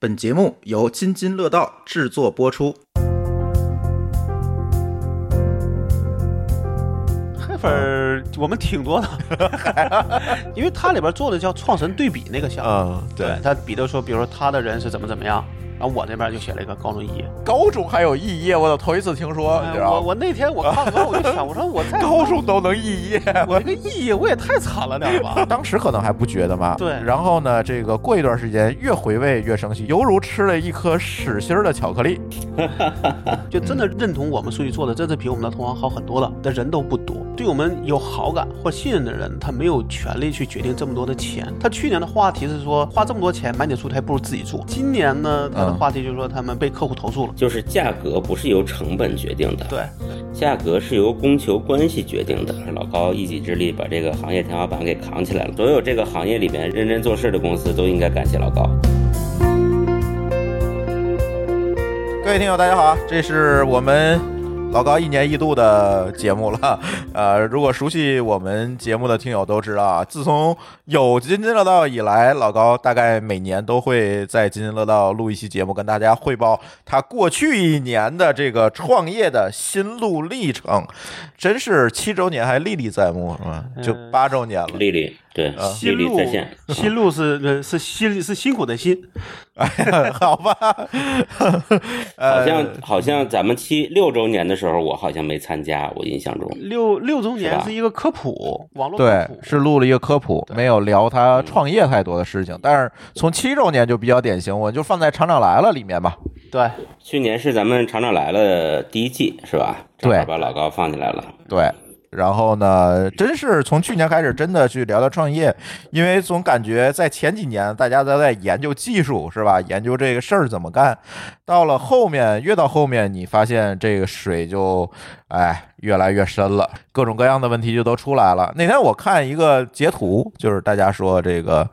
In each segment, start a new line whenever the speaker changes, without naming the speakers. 本节目由津津乐道制作播出。
那份儿我们挺多的， 因为它里边做的叫创神对比那个项目，
啊，对
对，他比如说，比如说他的人是怎么怎么样，然后我那边就写了一个高中一。
高中还有异业，我头一次听说，你知
我
道吗？
我那天我看完我就想，我说我在
高中都能异业，？
我这个意义我也太惨了点儿 吧
当时可能还不觉得嘛。
对
然后呢，这个过一段时间越回味越生气，犹如吃了一颗屎心儿的巧克力。
就真的认同我们数据做的，真是比我们的同行好很多了。但人都不多，对我们有好感或信任的人，他没有权利去决定这么多的钱。他去年的话题是说花这么多钱买点素材不如自己做，今年呢他的
嗯
话题就是说他们被客户投诉了。
就是价格不是由成本决定的，
对，
价格是由供求关系决定的。老高一己之力把这个行业天花板给扛起来了，所有这个行业里面认真做事的公司都应该感谢老高。
各位听友，大家好啊，这是我们老高一年一度的节目了。 呃，如果熟悉我们节目的听友都知道啊，自从有津津乐道以来，老高大概每年都会在津津乐道录一期节目，跟大家汇报他过去一年的这个创业的心路历程。真是七周年还历历在目，是吧？就
嗯
八周年了。
丽丽，对，丽
心
丽
路
在线。
心路是呃是辛是辛苦的辛，
好吧，
啊好
呃，
像好像咱们七六周年的时候，我好像没参加，我印象中。
六六周
是
年
吧
是一个科普，网络科
对
普，
是录了一个科普，没有聊他
嗯
创业太多的事情。但是从七周年就比较典型，我就放在《厂长来了》里面吧。
对
去年是咱们厂长来了第一季是吧？
对
正好把老高放进来了。
对，然后呢，真是从去年开始，真的去聊聊创业，因为总感觉在前几年大家都在研究技术，是吧？研究这个事儿怎么干。到了后面，越到后面，你发现这个水就，哎，越来越深了，各种各样的问题就都出来了。那天我看一个截图，就是大家说这个。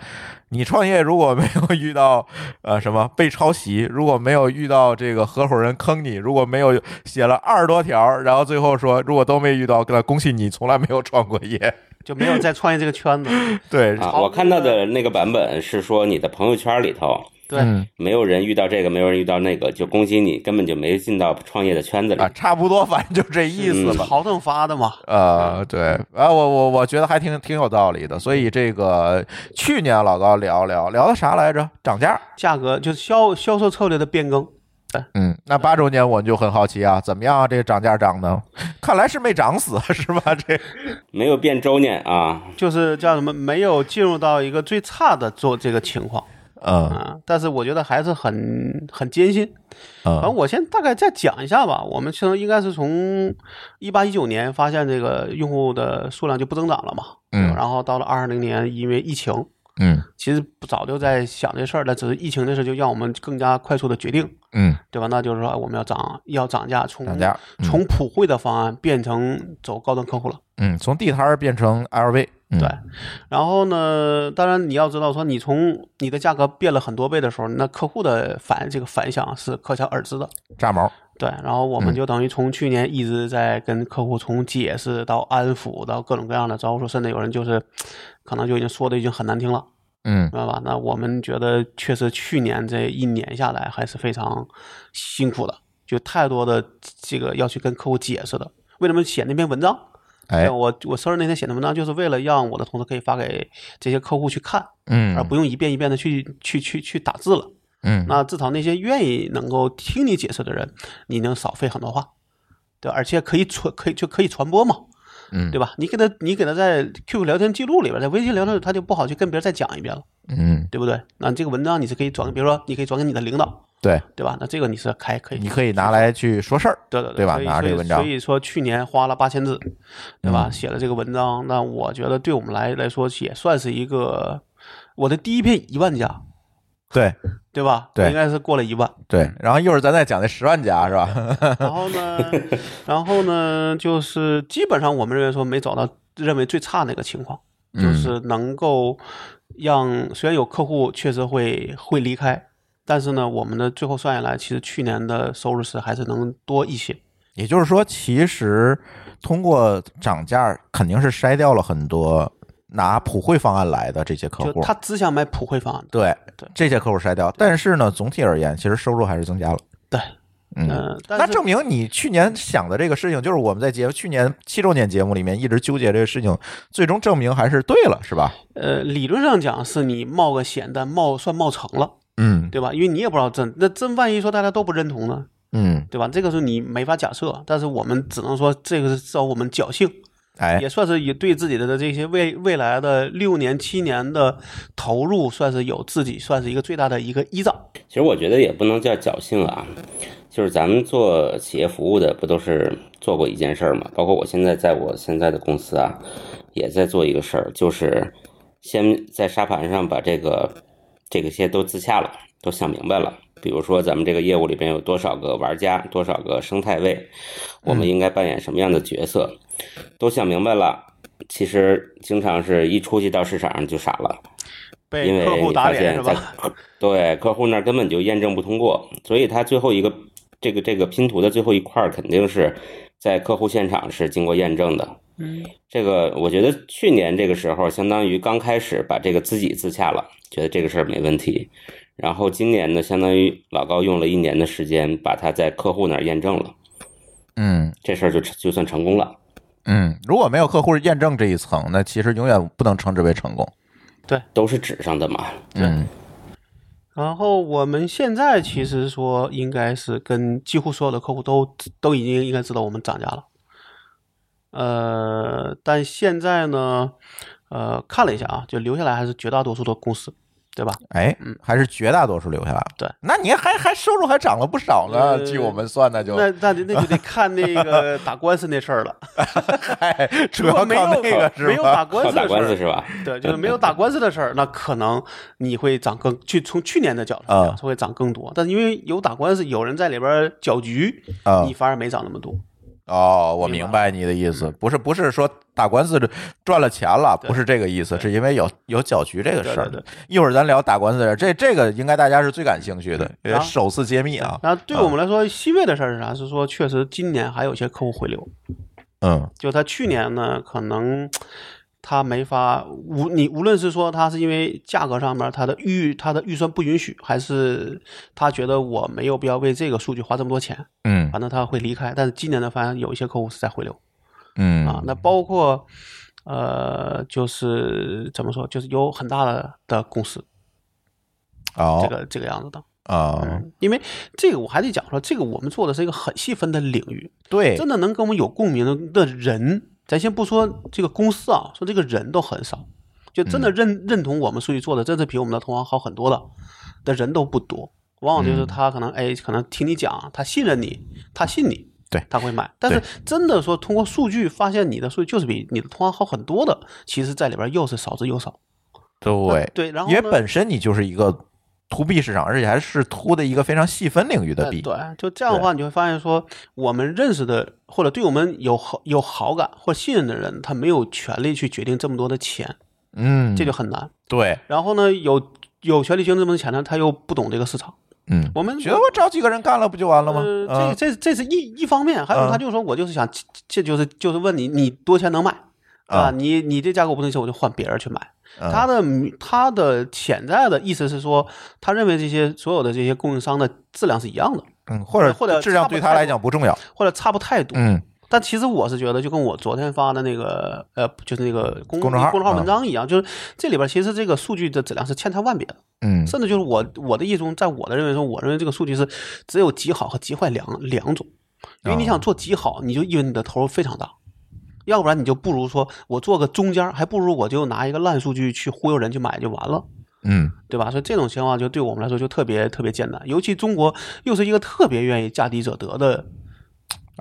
你创业如果没有遇到呃什么被抄袭，如果没有遇到这个合伙人坑你，如果没有写了二十多条，然后最后说如果都没遇到，那恭喜你从来没有创过业。
就没有再创业这个圈子。
对，
啊，
好
我看到的那个版本是说你的朋友圈里头
对，
嗯
没有人遇到这个，没有人遇到那个，就恭喜你，根本就没进到创业的圈子里
啊，。差不多，反正就这意思吧。
曹正发的嘛，
呃，对，啊，我我我觉得还挺挺有道理的。所以这个去年老高聊聊聊的啥来着？涨价。
价格就是销销售策略的变更。
嗯，那八周年我就很好奇啊，怎么样啊？这个涨价涨的，看来是没涨死 是吧？这
没有变周年啊，
就是叫什么没有进入到一个最差的做这个情况
嗯
啊，但是我觉得还是很很艰辛。
嗯
反正我先大概再讲一下吧。我们从应该是从一八一九年发现这个用户的数量就不增长了嘛，
嗯
对吧然后到了二零年，因为疫情，
嗯
其实不早就在想这事儿了，只是疫情这事儿就让我们更加快速的决定，
嗯，
对吧？那就是说哎我们要涨，要涨价，从
涨价。嗯
从普惠的方案变成走高端客户了。
嗯，从地摊儿变成 LV，、嗯、
对，然后呢，当然你要知道说，你从你的价格变了很多倍的时候，那客户的反这个反响是可想而知的。
炸毛，
对，然后我
嗯
们就等于从去年一直在跟客户从解释到安抚到各种各样的招数，甚至有人就是可能就已经说的已经很难听了，
嗯
明白吧？那我们觉得确实去年这一年下来还是非常辛苦的，就太多的这个要去跟客户解释的。为什么写那篇文章？
哎
像，我我生日那天写的文章，就是为了让我的同事可以发给这些客户去看，
嗯，
而不用一遍一遍的去去去去打字了。
嗯，
那至少那些愿意能够听你解释的人，你能少费很多话，对吧，而且可以传可以就可以传播嘛，
嗯
对吧？你给他你给他在 QQ 聊天记录里边，在微信聊天，他就不好去跟别人再讲一遍了，
嗯，
对不对？那这个文章你是可以转给，比如说你可以转给你的领导，
对，
对吧？那这个你是开可以
你可以拿来去说事儿，
对对
对吧
所以
拿
所
这
以
个文章嗯
所以说去年花了八千字，对吧？写了这个文章，那我觉得对我们来来说也算是一个我的第一篇一万加，
对
对吧？
对
应该是过了一万。
对。然后一会儿咱再讲那十万家是吧？
然后呢，然后呢，就是基本上我们认为说没找到认为最差那个情况，
嗯
就是能够让虽然有客户确实会会离开，但是呢，我们的最后算下来，其实去年的收入是还是能多一些。
也就是说，其实通过涨价肯定是筛掉了很多拿普惠方案来的这些客
就
户，
他只想买普惠方案的。
对
对
这些客户筛掉。但是呢，总体而言，其实收入还是增加了。
对，
嗯，
嗯，但
那
是
证明你去年想的这个事情，就是我们在节去年七周年节目里面一直纠结这个事情，最终证明还是对了，是吧？
呃，理论上讲是你冒个险，但冒算冒成了，
嗯
对吧？因为你也不知道真，那真万一说大家都不认同呢，
嗯，
对吧？这个是你没法假设，但是我们只能说这个是找我们侥幸，
哎，
也算是也对自己的这些未未来的六年七年的投入，算是有自己算是一个最大的一个依仗。
其实我觉得也不能叫侥幸了啊，就是咱们做企业服务的，不都是做过一件事儿嘛？包括我现在在我现在的公司啊，也在做一个事儿，就是先在沙盘上把这个这个些都自洽了，都想明白了。比如说，咱们这个业务里边有多少个玩家，多少个生态位，我们应该扮演什么样的角色，都想明白了。其实经常是一出去到市场上就傻了，
被
因为
客户
你
打
发
脸
现
是
在
吧？
对客户那儿根本就验证不通过，所以他最后一个这个这个拼图的最后一块儿肯定是在客户现场是经过验证的。
嗯，
这个我觉得去年这个时候，相当于刚开始把这个自己自洽了，觉得这个事儿没问题。然后今年呢，相当于老高用了一年的时间，把他在客户那儿验证了，
嗯。
这事儿就就算成功了。
嗯，如果没有客户验证这一层，那其实永远不能称之为成功。
都是纸上的嘛，
嗯
然后我们现在其实说应该是跟几乎所有的客户都都已经应该知道我们涨价了，呃，但现在呢，呃，看了一下啊，就留下来还是绝大多数的公司，对吧？
哎，还是绝大多数留下来了。
嗯对，
那你还还收入还涨了不少呢，
呃
据我们算那就，
那那那就得看那个打官司那事儿了，
哎， 主要靠
没有
那个
没
是
有打
吧？
官
靠
司
打
的事
官
儿
司，是吧？
对，就是没有打官司的事儿，那可能你会涨更，去从去年的角度上
啊
讲，是会涨更多。但是因为有打官司，有人在里边儿搅局，
啊
你反而没涨那么多。
哦，我明白你的意
嗯
思，不是不是说打官司赚了钱了，不是这个意思，是因为有有搅局这个事儿
对对。
一会儿咱聊打官司的事儿，这这个应该大家是最感兴趣的，因为
啊
首次揭秘啊。
然后对我们来说，欣慰的事儿是啥？是说确实今年还有一些客户回流，
嗯
就他去年呢，可能他没法无你无论是说他是因为价格上面他的预他的预算不允许，还是他觉得我没有必要为这个数据花这么多钱，
嗯
反正他会离开。但是今年呢，发现有一些客户是在回流。
嗯
啊，那包括呃，就是怎么说，就是有很大的的公司，这
哦
个嗯这个样子的。
啊，
嗯，因为这个我还得讲说，这个我们做的是一个很细分的领域，
对
真的能跟我们有共鸣的的人，咱先不说这个公司啊，说这个人都很少，就真的
嗯
认、认同我们数据做的，真是比我们的同行好很多的，但人都不多。往往
嗯
就是他可能、哎，可能听你讲，他信任你，他信你，
对
他会买。但是真的说通过数据发现你的数据就是比你的同行好很多的，其实在里边又是少之又少。
对
呃对，然后
因为
呢
本身你就是一个 to B 市场，而且还是 to 的一个非常细分领域的
哎
B。
对，就这样的话，你就会发现说，我们认识的或者对我们有好有好感或信任的人，他没有权利去决定这么多的钱，
嗯，
这就很难。
对，
然后呢，有有权利决定这么多钱呢，他又不懂这个市场。
嗯，
我们
觉得我找几个人干了不就完了吗？
呃，这这这是一一方面，还有
嗯
他就说我就是想，这这就是就是问你，你多钱能买啊？
嗯
你你这价格我不能接受，我就换别人去买。
嗯
他的他的潜在的意思是说，他认为这些所有的这些供应商的质量是一样的，
嗯，或者
或者
质量对他来讲不重要。
或者差不太多。
嗯
但其实我是觉得，就跟我昨天发的那个呃，就是那个公
公众号
公众号
嗯
文章一样，就是这里边其实这个数据的质量是千差万别的，
嗯
甚至就是我我的意中，在我的认为中，我认为这个数据是只有极好和极坏两两种，因为你想做极好，你就意味你的投入非常大。要不然你就不如说我做个中间儿，还不如我就拿一个烂数据去忽悠人去买就完了，
嗯
对吧？所以这种情况就对我们来说就特别特别艰难，尤其中国又是一个特别愿意价低者得的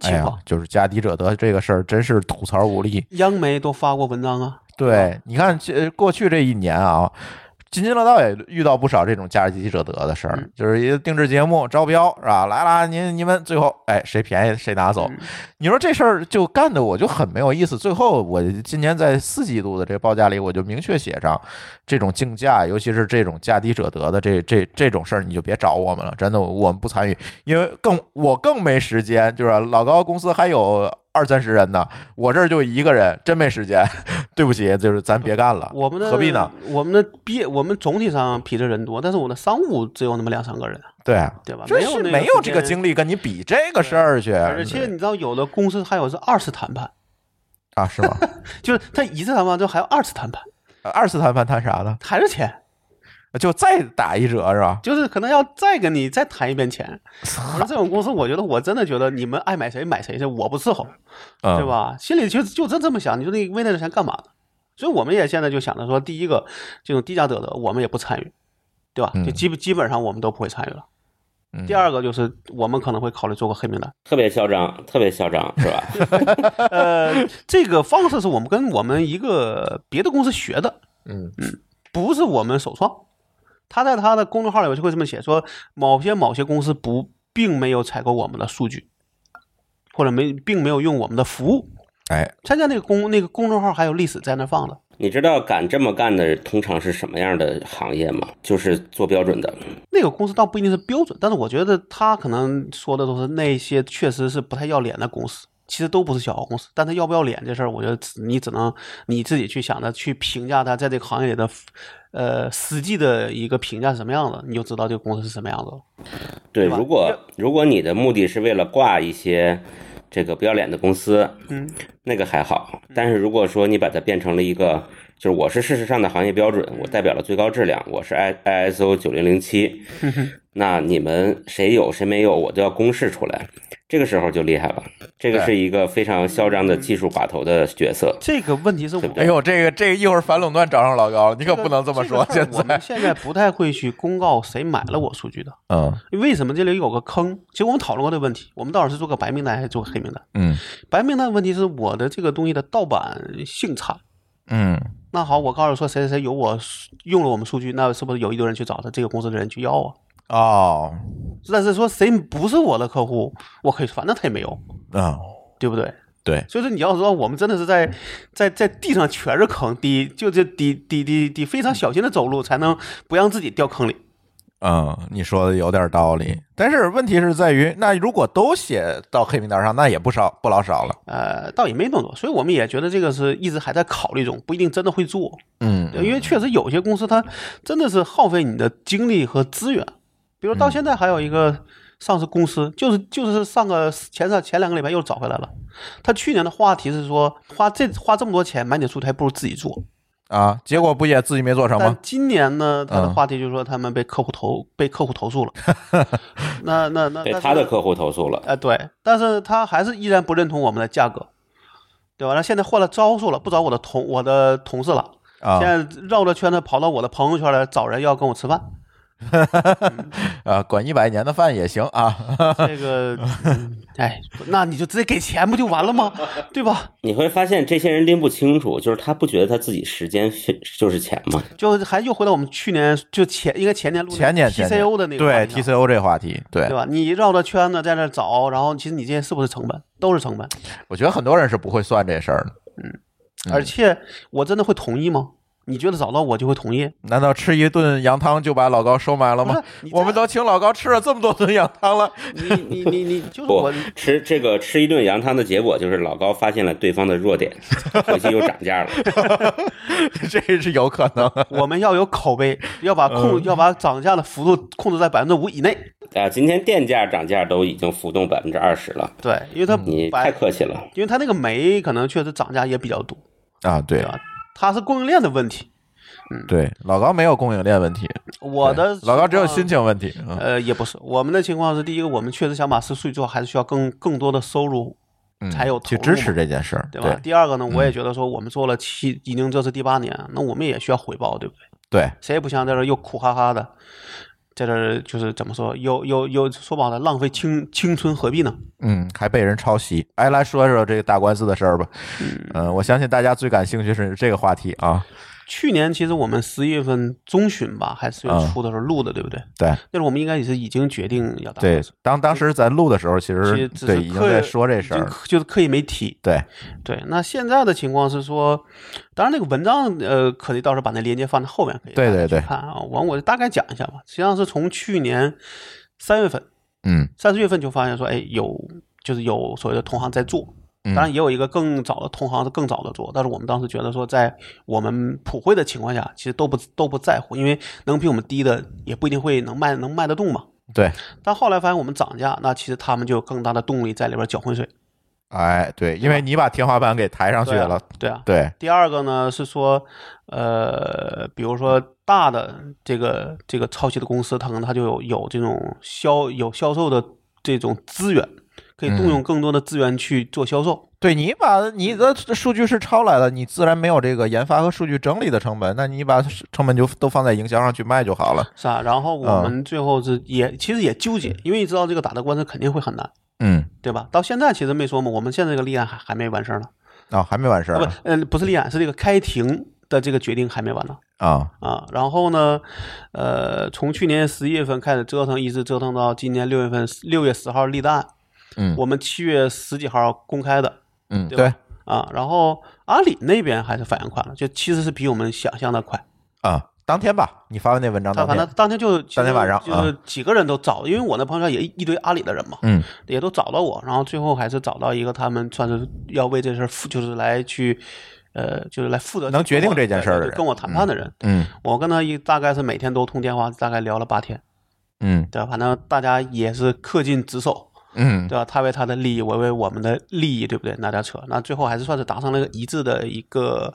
哎
情
呀
况。，
就是家底者得这个事儿，真是吐槽无力。
央媒都发过文章啊，
对，你看这呃过去这一年啊，津津乐道也遇到不少这种家底者得的事儿，
嗯
就是一个定制节目招标是吧？来啦，您你们最后哎谁便宜谁拿走。你说这事儿就干的我就很没有意思。最后我今年在四季度的这个报价里，我就明确写上，这种竞价，尤其是这种价低者得的这这这种事儿，你就别找我们了，真的，我们不参与，因为更我更没时间。就是老高公司还有二三十人呢，我这儿就一个人，真没时间。 对不起，就是咱别干了。
我们的
何必呢？？
我们的毕业，我们总体上比这人多，但是我的商务只有那么两三个人，
对啊，
对吧？
真
没有
是
那
没有这个
时间。
精力跟你比这个事儿去。
而且你知道，有的公司还有是二次谈判，
啊，是吗？
就是他一次谈判之后还有二次谈判，
二次谈判谈啥呢？
还是钱，
就再打一折是吧？
就是可能要再跟你再谈一遍钱。 我说这种公司，我觉得我真的觉得你们爱买谁买谁去，我不伺候。
嗯，
对？吧？心里就就真这么想，你说那为那点钱干嘛呢？所以我们也现在就想着说，第一个这种低价得得，我们也不参与，对吧？
嗯
就基本基本上我们都不会参与了。
嗯
第二个就是我们可能会考虑做个黑名单，
特别嚣张，特别嚣张，是吧？
呃，这个方式是我们跟我们一个别的公司学的，
嗯
不是我们首创。他在他的公众号里面就会这么写说，某些某些公司不并没有采购我们的数据，或者没并没有用我们的服务。
哎，
参加那个公那个公众号还有历史在那放着。
你知道敢这么干的通常是什么样的行业吗？就是做标准的，
那个公司倒不一定是标准，但是我觉得他可能说的都是那些确实是不太要脸的公司，其实都不是小公司，但他要不要脸这事儿，我觉得只你只能你自己去想着去评价他在这个行业里的，呃，实际的一个评价是什么样的，你就知道这个公司是什么样子了。
对，
对吧
如果如果你的目的是为了挂一些这个不要脸的公司，
嗯，
那个还好。但是如果说你把它变成了一个，就是我是事实上的行业标准，我代表了最高质量，我是 I ISO 九零零七，那你们谁有谁没有，我都要公示出来。这个时候就厉害了，这个
对
是一个非常嚣张的技术寡头的角 色。
这个问题是我
哎呦，这个这个一会儿反垄断找上老高，你可不能这么说。
这个
现
事儿我
在
们，现在不太会去公告谁买了我数据的，
嗯
为什么这里有个坑？其实我们讨论过这个问题，我们到底是做个白名单还是做个黑名单？
嗯
白名单的问题是我的这个东西的盗版性差。
嗯
那好，我告诉说谁谁谁有我用了我们数据，那是不是有一堆人去找他这个公司的人去要啊？
哦
但是说谁不是我的客户，我可以反正他也没有，
嗯，
对不对？
对，
所以说你要说我们真的是在在在地上全是坑，得就这得得得得非常小心的走路，才能不让自己掉坑里。
嗯，你说的有点道理，但是问题是在于，那如果都写到黑名单上，那也不少不老少了。
呃，倒也没那么多，所以我们也觉得这个是一直还在考虑中，不一定真的会做，
嗯
因为确实有些公司它真的是耗费你的精力和资源。比如到
嗯
现在还有一个上市公司，就是就是上个前上前两个礼拜又找回来了，他去年的话题是说花这花这么多钱买你的数据，还不如自己做。
啊，结果不也自己没做成
但
吗？
今年呢，他的
嗯
话题就是说他们被客户投被客户投诉了，那那那
被
但是
他的客户投诉了，
哎，对，但是他还是依然不认同我们的价格，对吧？那现在换了招数了，不找我的同我的同事了，
啊
现在绕着圈子跑到我的朋友圈来找人要跟我吃饭，
啊，管一百年的饭也行啊。
这个，嗯哎，那你就直接给钱不就完了吗？对吧？
你会发现这些人拎不清楚，就是他不觉得他自己时间是就是钱嘛。
就还又回到我们去年就前应该前年录那个
前年前年
TCO 的那个话
对
题上
TCO 这话题，对
对吧？你绕着圈子在那找，然后其实你这些是不是成本？都是成本，
我觉得很多人是不会算这事儿的。嗯
而且我真的会同意吗？你觉得找到我就会同意？
难道吃一顿羊汤就把老高收买了吗
不是你？这
我们都请老高吃了这么多顿羊汤了，
你你你你 就是
不
我
吃这个吃一顿羊汤的结果就是老高发现了对方的弱点， 回去又涨价了。
这是有可能。
我们要有口碑，要把控、
嗯
要把涨价的幅度控制在百分之五以内。
啊，今天电价涨价都已经浮动百分之二十了，
对，因为它
你
百，
太客气了。
因为它那个煤可能确实涨价也比较多，
啊，对
对吧？它是供应链的问题，
对，老高没有供应链问题，
我嗯的
老高只有
情况
心。情问题。嗯
呃，也不是，我们的情况是，第一个，我们确实想把私数据做好，还是需要更更多的收入，
嗯
才有
去
投
支
入
持
嘛
这件事儿，
对吧？第二个
嗯
呢，我也觉得说，我们做了七，已经这是第八年，那我们也需要回报，对不对？
对
谁也不想在这儿又苦哈哈的，在这儿就是怎么说，又又又说不好的浪费青青春，何必呢？
嗯，还被人抄袭。哎，来说说这个打官司的事儿吧。嗯，我相信大家最感兴趣是这个话题啊。
去年其实我们十一月份中旬吧，还是月
啊
初的时候录的，对不对？
对
那时候我们应该也是已经决定要打
对
官司，，
当当时咱录的时候，其
其实
实
只
对
是
已经
刻意
在说这事儿
就
了。
就是刻意没提。
对，
对，那现在的情况是说，当然那个文章呃，可以到时候把那链接放在后面可以
对对
大家去
对
看啊。完我就大概讲一下吧，实际上是从去年三月份、
嗯
三四月份就发现说，哎，有就是有所谓的同行在做，
嗯
当然也有一个更早的同行更早的做，但是我们当时觉得说，在我们普惠的情况下，其实都不都不在乎，因为能比我们低的也不一定会能卖能卖得动嘛。
对，
但后来发现我们涨价，那其实他们就有更大的动力在里边搅浑水。
哎，对，因为你把天花板给抬上去
对啊
了，
对啊。
对，
第二个呢是说，呃，比如说大的这个这个抄袭的公司，它可能它就有有这种销有销售的这种资源，可以动用更多的资源去做销售。
对你把你的数据是抄来的，你自然没有这个研发和数据整理的成本，那你把成本就都放在营销上去卖就好了。
是吧？然后我们最后是也、其实也纠结，因为你知道这个打的官司肯定会很难，
嗯，
对吧？到现在其实没说嘛，我们现在这个立案还还没完事儿呢，
啊、还没完事
啊
儿
不
呢，
呃不是立案，是这个开庭的这个决定还没完呢
啊，
啊。然后呢，呃，从去年十一月份开始折腾，一直折腾到今年六月份，六月十号立的案，
嗯
我们七月十几号公开的
嗯，
对
对
啊。然后阿里那边还是反应快了，就其实是比我们想象的快。
啊，当天吧，你发完那文章
他
当
反正
天，
当天就
当天晚上啊
就就是几个人都找，因为我那朋友圈也一一堆阿里的人嘛，
嗯
也都找到我，然后最后还是找到一个他们算是要为这事儿负，就是来去，呃，就是来负责
能决定
跟我
这件事儿的人
对跟我谈判的人。
嗯
我跟他一大概是每天都通电话，大概聊了八天，
嗯
对吧？反正大家也是恪尽职守，
嗯，
对吧？他为他的利益，我为我们的利益，对不对？那家扯，那最后还是算是达成了一个一致的一个，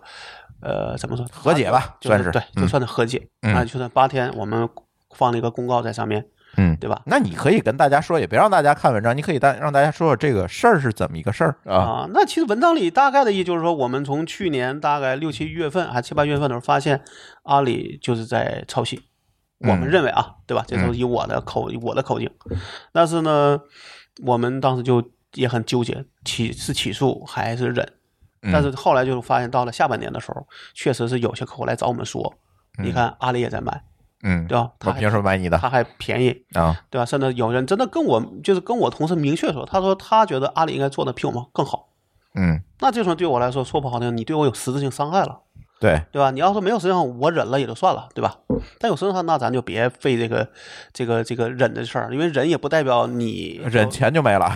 呃，怎么说
和解吧，
就是
算是
对，就算是和解。
嗯
那就算八天，我们放了一个公告在上面，
嗯嗯
对吧？
那你可以跟大家说，也别让大家看文章，你可以大让大家说说这个事儿是怎么一个事儿啊。
啊，那其实文章里大概的意思就是说，我们从去年大概六七月份还七八月份的时候，发现阿里就是在抄袭。我们
嗯
认为啊，对吧？这都是以我的口、以我的口径，但是呢，我们当时就也很纠结，起是起诉还是忍？
嗯
但是后来就发现，到了下半年的时候，确实是有些客户来找我们说，你看阿里也在卖，
嗯
对，吧？
我
他还
凭什么买你的
他还便宜，
啊？
对吧？甚至有人真的跟我就是跟我同事明确说，他说他觉得阿里应该做的比我们更好。
嗯，
那这时候对我来说，说不好听，你对我有实质性伤害了，
对，
对吧？你要是没有实质性伤害，我忍了也就算了，对吧？但有实质性伤害，那咱就别费这个、这个、这个忍的事儿，因为忍也不代表你
忍钱就没了。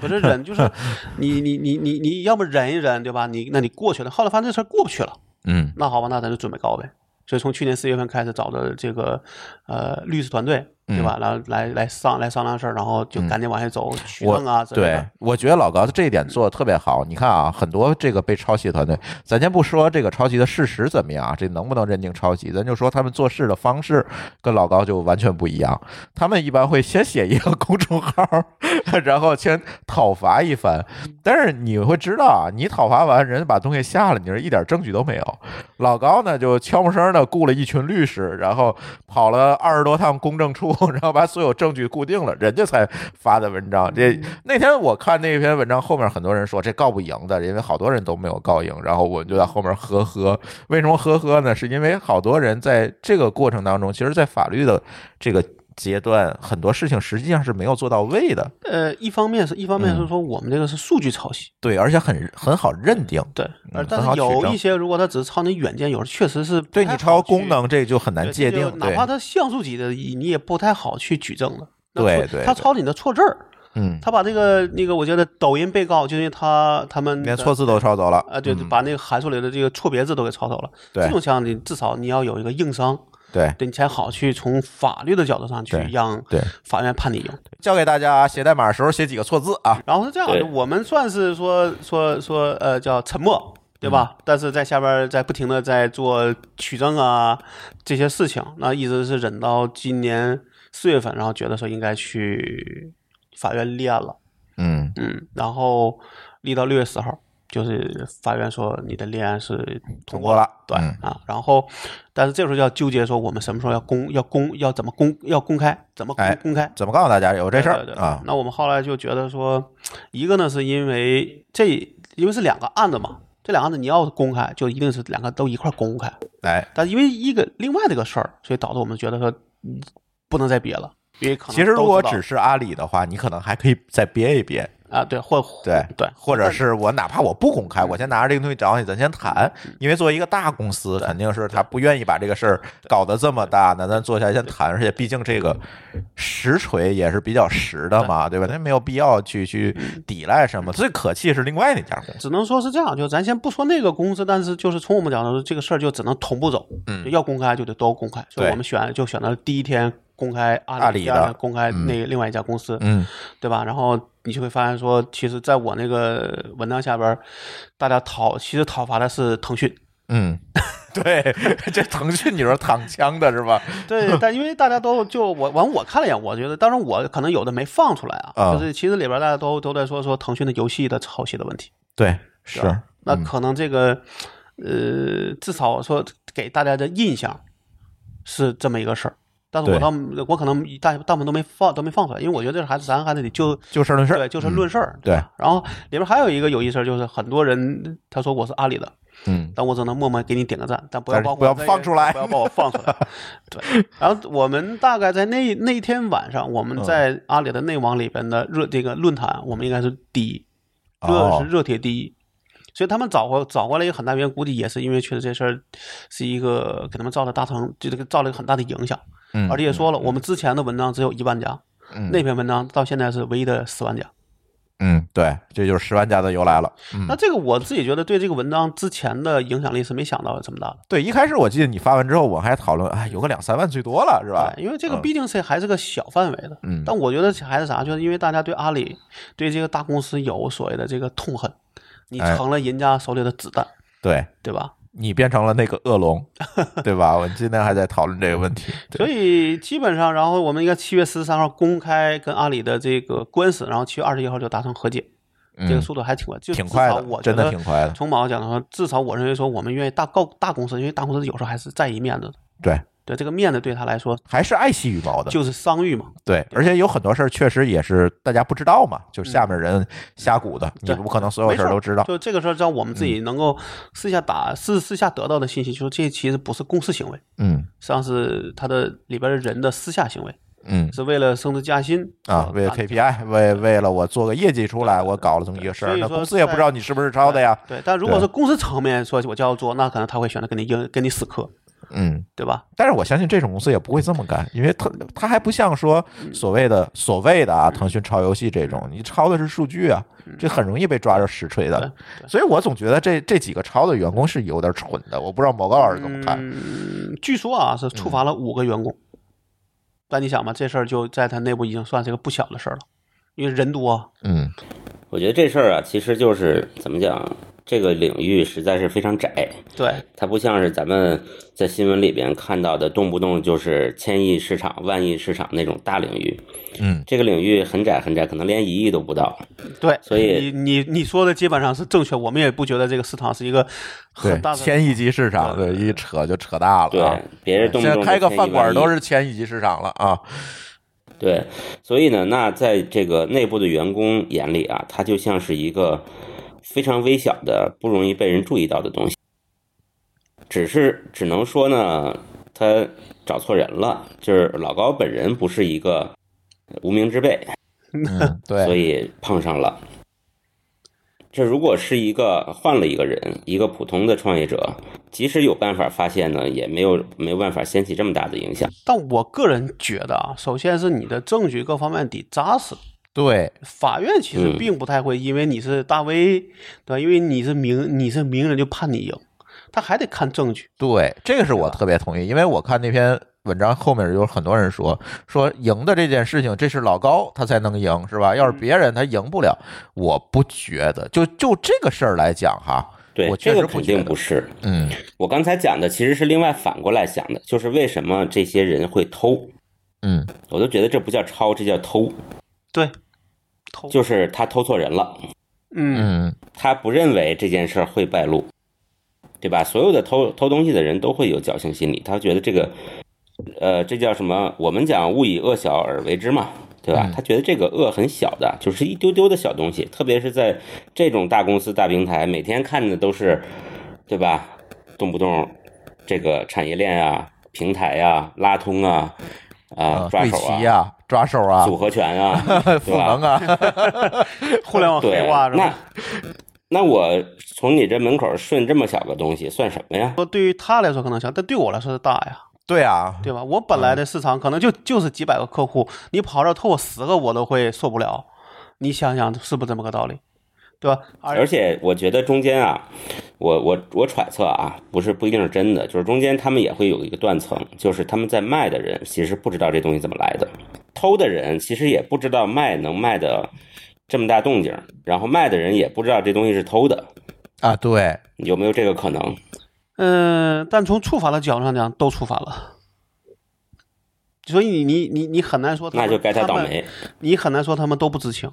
不是忍，就是你你你你你要么忍一忍，对吧？你那你过去了，后来发现这事儿过不去了，
嗯
那好吧，那咱就准备告呗。所以从去年四月份开始找的这个呃律师团队，对
嗯
吧？然后来来商来商量事儿，然后就赶紧往下走，取证啊之类
对
的。，
我觉得老高这一点做的特别好。你看啊，很多这个被抄袭的团队，咱先不说这个抄袭的事实怎么样啊，这能不能认定抄袭，咱就说他们做事的方式跟老高就完全不一样。他们一般会先写一个公众号， 然后先讨伐一番。但是你会知道啊，你讨伐完人家把东西下了，你是一点证据都没有。老高呢就悄无声的雇了一群律师，然后跑了二十多趟公证处， 然后把所有证据固定了，人家才发的文章。这那天我看那篇文章后面很多人说这告不赢的，因为好多人都没有告赢，然后我们就在后面呵呵。为什么呵呵呢？是因为好多人在这个过程当中，其实，在法律的这个阶段，很多事情实际上是没有做到位的。
呃，一方面是一方面是
嗯
说我们这个是数据抄袭。
对，而且很很好认定。
对，而
嗯
但
很好
是
取
有
证
一些，如果它只是抄你软件，有时确实是不
对
太好
你超
去
功，能这就很难
对
界
这就
定，
哪
对，
怕它像素级的，你也不太好去举证了。那
对
错
对
他
对
抄你的错字儿，
嗯，
他把那个那个，我觉得抖音被告就因为他他们
连
的
错字都抄走了
啊，对，
嗯
把那个函数里的这个错别字都给抄走了。
对
这种情况你至少你要有一个硬伤，
对
对你才好去从法律的角度上去
对
让
对，
法院判你赢。
教给大家写代码的时候写几个错字啊，
然后是这样
对
的，我们算是说说说呃叫沉默，对吧？但是在下边儿在不停的在做取证啊这些事情，那一直是忍到今年四月份，然后觉得说应该去法院立案了，
嗯
嗯，然后立到六月十号，就是法院说你的立案是
通
通
过
过。
了，
对
嗯
啊，然后，但是这个时候就要纠结说，我们什么时候要公要公要怎么公要公开，怎么公、
哎
公开？
怎么告诉大家有这事
对
儿
对对
啊？
那我们后来就觉得说，一个呢是因为这因为是两个案子嘛，这两个案子你要公开，就一定是两个都一块儿公开。
哎，
但因为一个另外这个事儿，所以导致我们觉得说嗯不能再憋了，因为可能
其实如
都
果
知道
只是阿里的话，你可能还可以再憋一憋，
啊，对，或
对
对，
或者是我哪怕我不公开，
嗯
我先拿着这个东西找你，咱先谈，因为作为一个大公司，肯定是他不愿意把这个事儿搞得这么大，那咱坐下来先谈，而且毕竟这个实锤也是比较实的嘛，对吧？那没有必要去去
嗯
抵赖什么。最可气是另外那家公司，
只能说是这样，就咱先不说那个公司，但是就是从我们角度，这个事儿就只能同步走，嗯，要公开就得都公开，所以
对
我们选就选择第一天公开阿
阿
里
里
第二天
的
公开那个另外一家公司，
嗯，
对吧？然后你就会发现说，其实在我那个文章下边儿，大家讨其实讨伐的是腾讯，
嗯， 对，这腾讯你说躺枪的是吧？
对，但因为大家都就我完，我看了一眼，我觉得，当然我可能有的没放出来啊，
啊
就是其实里边大家都都在说说腾讯的游戏的抄袭的问题，
对，是，
那
嗯
可能这个、呃，至少说给大家的印象是这么一个事儿。但是我
对
倒我可能大大部分都没放都没放出来，因为我觉得这还是咱还得就
就事嗯论事，
对就事论事儿、
对，
然后里边还有一个有意思儿，就是很多人他说我是阿里的，
嗯，
但我只能默默给你点个赞，但不要
但是
把我
不要
在
放出来
不要把我放出来。 对，然后我们大概在那那天晚上，我
嗯
们在阿里的内网里边的热这个论坛，我们应该是第一，热
哦
是热帖第一。所以他们找过找过来一个很大原因，估计也是因为确实这事儿是一个给他们造了大成，就这个造了一个很大的影响。
嗯
而且也说了，我们之前的文章只有一万加，
嗯
那篇文章到现在是唯一的十万加。
嗯，对，这就是十万加的由来了。
那这个我自己觉得对这个文章之前的影响力是没想到这么大的。
对，一开始我记得你发完之后，我还讨论，哎，有个两三万最多了，是吧？
对，因为这个
嗯
毕竟是还是个小范围的。
嗯
但我觉得还是啥，就是因为大家对阿里、对这个大公司有所谓的这个痛恨，你
哎
成了人家手里的子弹，
对
对吧？
你变成了那个恶 龙，对吧？我今天还在讨论这个问题。
所
对，
以基本上，然后我们应该七月十三号公开跟阿里的这个官司，然后七月二十一号就达成和解，这个
嗯
速度还挺快，就
挺
至
快
少
的
我觉
真的
得
挺快的
从某个角度上，至少我认为说，我们愿意大告大公司，因为大公司有时候还是在意面子的，
对，
对这个面子对他来说
还是爱惜羽毛的。
就是商誉嘛。
对，而且有很多事儿确实也是大家不知道嘛，就是下面人瞎鼓的，你
对
不可能所有
没
事儿都知道。嗯
就这个事儿，让我们自己能够私下打、私私下得到的信息，就是这其实不是公示行为，
嗯
实际上是他的里边的人的私下行为，
嗯
是为了升职加薪
啊，为了 KPI，为为了我做个业绩出来，我搞了这么一个事
所
儿，
以
那
说
公司也不知道你是不是抄的呀。
对，但如果
对
是公司层面说我就要做，那可能他会选择跟你硬跟你死磕，
嗯，
对吧？
但是我相信这种公司也不会这么干，因为它它还不像说
嗯
所谓的所谓的啊，腾讯抄游戏这种，你抄的是数据啊，
嗯
这很容易被抓着实锤的。所以我总觉得这这几个抄的员工是有点蠢的，我不知道毛高老师怎么看。
嗯，据说啊是处罚了五个员工，但你想吧，这事儿就在他内部已经算是一个不小的事儿了，因为人多啊，
嗯
我觉得这事儿啊，其实就是怎么讲，这个领域实在是非常窄，
对
它不像是咱们在新闻里边看到的，动不动就是千亿市场、万亿市场那种大领域。
嗯，
这个领域很窄很窄，可能连一亿都不到。
对，
所
你
以
你你说的基本上是正确，我们也不觉得这个市场是一个很
对
大，的
千亿级市场，对，一扯就扯大
对
了啊。，
别人动
现
不
在开
动
个
就千亿
饭馆
万亿
都是千亿级市场了啊。
对，所以呢，那在这个内部的员工眼里啊，它就像是一个非常微小的、不容易被人注意到的东西，只是只能说呢，他找错人了，就是老高本人不是一个无名之辈，
嗯，
所
对，
以碰上了。这如果是一个换了一个人，一个普通的创业者，即使有办法发现呢，也没有没有办法掀起这么大的影响。
但我个人觉得啊，首先是你的证据各方面得扎实。
对，
法院其实
嗯
并不太会，因为你是大 V，、对吧？因为你是名你是名人就判你赢，他还得看证据。
对，这个是我特别同意，因为我看那篇文章后面有很多人说说赢的这件事情，这是老高他才能赢，是吧？要是别人他赢不了，我不觉得。就就这个事儿来讲哈，
对
我，确
这
实
个
不
肯
觉
定
得
不是。
嗯
我刚才讲的其实是另外反过来想的，就是为什么这些人会偷，
嗯
我都觉得这不叫抄，这叫偷，
对，偷，
就是他偷错人了，
嗯，
嗯，
他不认为这件事儿会败露，对吧？所有的偷偷东西的人都会有侥幸心理，他觉得这个，呃，这叫什么？我们讲勿以恶小而为之嘛。对吧？他觉得这个恶很小的，就是一丢丢的小东西，特别是在这种大公司、大平台，每天看的都是，对吧？动不动这个产业链啊、平台啊、拉通啊、啊、
啊
抓
对
手啊
齐，呀、抓手啊，
组合拳啊，对
赋能
吧？
啊，
互联网
嗯对
哦黑化，是
那
吧？
那我从你这门口顺这么小个东西算什么呀？
说对于他来说可能小，但对我来说是大呀，
对啊，
对吧？我本来的
嗯
市场可能就就是几百个客户，你跑这儿偷我十个我都会受不了，你想想是不是这么个道理，对吧？而
而且我觉得中间啊，我我我揣测啊，不是不一定是真的，就是中间他们也会有一个断层，就是他们在卖的人其实不知道这东西怎么来的，偷的人其实也不知道卖能卖的这么大动静，然后卖的人也不知道这东西是偷的，
啊，对，
有没有这个可能？
嗯、但从触法的角度上讲，都触法了。所以你你你你很难说他
那
们，
就该他
他
倒
们
霉。
你很难说他们都不知情，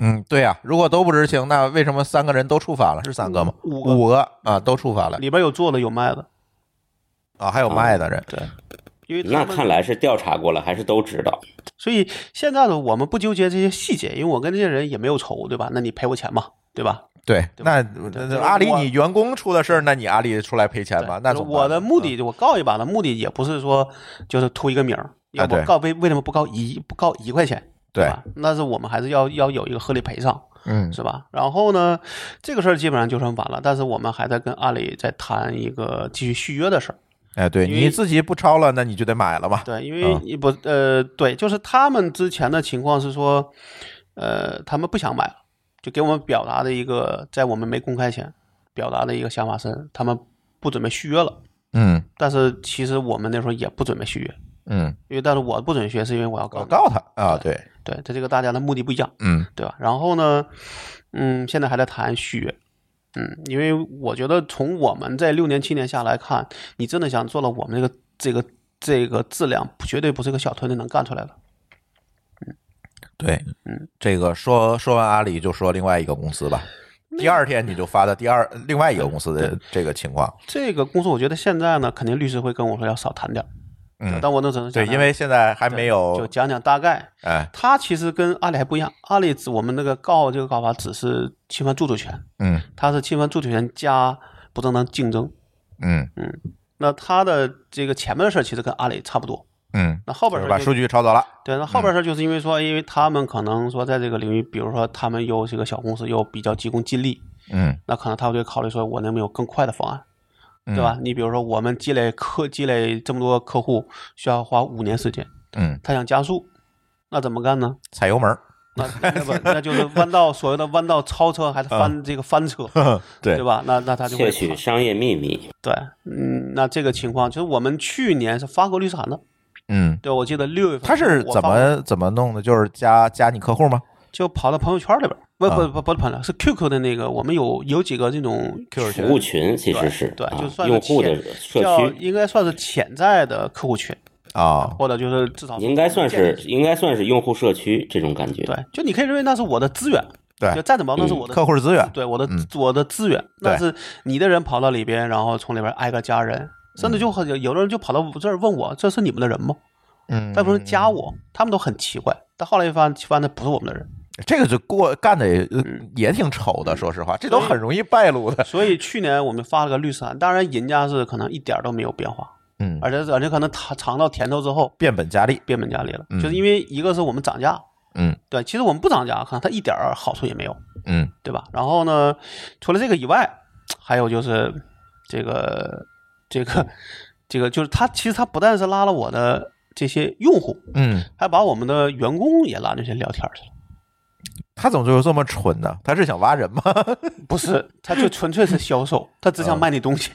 嗯，对呀、如果都不知情，那为什么三个人都触法了？是三个吗？
五个
五个啊，都触法了
里边有做的有卖的，
啊，还有卖的人，
对，因为他
那
们
看来是调查过了，还是都知道。
所以现在的我们不纠结这些细节，因为我跟这些人也没有仇，对吧？那你赔我钱嘛，对吧？
对，
对
那
吧
那
对
那
就是
阿里
我
你员工出了事儿，那你阿里出来赔钱哎吧？那
就是
怎么办嗯
我的目的，我告一把的目的也不是说就是图一个名儿，要
啊对
不告为为什么不告一不告一块钱，
对，
吧？那是我们还是要要有一个合理赔偿，
嗯，
是吧？然后呢，这个事儿基本上就算完了，但是我们还在跟阿里在谈一个继续续约的事儿。
哎，对
因为
你自己不抄了，那你就得买了嘛。
对，因为
嗯
你不、呃，对，就是他们之前的情况是说，呃，他们不想买了，就给我们表达的一个，在我们没公开前表达的一个想法是，他们不准备续约了。
嗯
但是其实我们那时候也不准备续约，
嗯，
因为但是我不准备续约是因为我要告
我
你，
告他啊，对，
对，这这个大家的目的不一样。
嗯
对吧？然后呢，嗯，现在还在谈续约，嗯，因为我觉得从我们这六年七年下来看，你真的想做到我们这个这个这个质量，绝对不是一个小团队能干出来的。
对，嗯，这个说说完阿里，就说另外一个公司吧。第二天你就发的第二另外一个公司的这个情况，
这个公司，我觉得现在呢，肯定律师会跟我说要少谈点儿，
嗯，
但我能只能
对，
讲
因为现在还
对
没
就
有，
讲讲大概。
哎，
它其实跟阿里还不一样，阿里只我们那个告这个告法只是侵犯著作权，
嗯
它是侵犯著作权加不正当竞争。
嗯
那它的这个前面的事儿其实跟阿里差不多，
嗯，
那后边
就
儿事
是把
儿就
数据抄走了，
对，那后边儿事儿就是因为说，因为他们可能说在这个领域，比如说他们又是个小公司，又比较急功近利，
嗯，
那可能他们就考虑说，我能不能有更快的方案，
嗯
对吧？？你比如说，我们积累客积累这么多客户，需要花五年时间，
嗯，
他想加速，那怎么干呢？
踩油门儿，
那那不那就是弯道所谓的弯道超车，还是翻这个翻车，
啊 对
对吧？那那他就
窃
会
取
跑
商业秘密，
对，嗯，那这个情况就是我们去年是发过律师函的，
嗯，
对我记得六月份
他是
我
怎
发过
么怎么弄的？就是加加你客户吗？
就跑到朋友圈里边儿，不
啊
不不不是朋友，是 QQ 的那个，我们有有几个这种
QQ
服务群其实是
对
啊
就算是
用户的社
叫
区，
应该算是潜在的客户群，
啊，
或者就是至少
应该算
建
是
立
应该算是用户社区这种感觉。
对，就你可以认为那是我的资源，
对
就再怎么样那是
嗯
我的
客户是资源，
对我的、
嗯
我的资源，
对
那是你的人跑到里边，然后从里边挨个加人，甚至就很有有的人就跑到我这儿问我，这是你们的人吗？
嗯
他不是加我，他们都很奇怪，但后来一发现发现不是我们的人，
这个就过干的也呃也挺丑的，说实话，这都很容易败露的。
所以去年我们发了个律师函，当然人家是可能一点儿都没有变化，
嗯，
而且而且可能尝尝到甜头之后
变本加厉。
变本加厉了，
嗯
就是因为一个是我们涨价，
嗯
对，其实我们不涨价，可能它一点儿好处也没有，
嗯
对吧？然后呢，除了这个以外，还有就是这个这
嗯
个 这个，就是他其实他不但是拉了我的这些用户，
嗯，
还把我们的员工也拉进去聊天去了。
他怎么就这么蠢呢？他是想挖人吗？
不是，他就纯粹是销售，他只想卖你东西。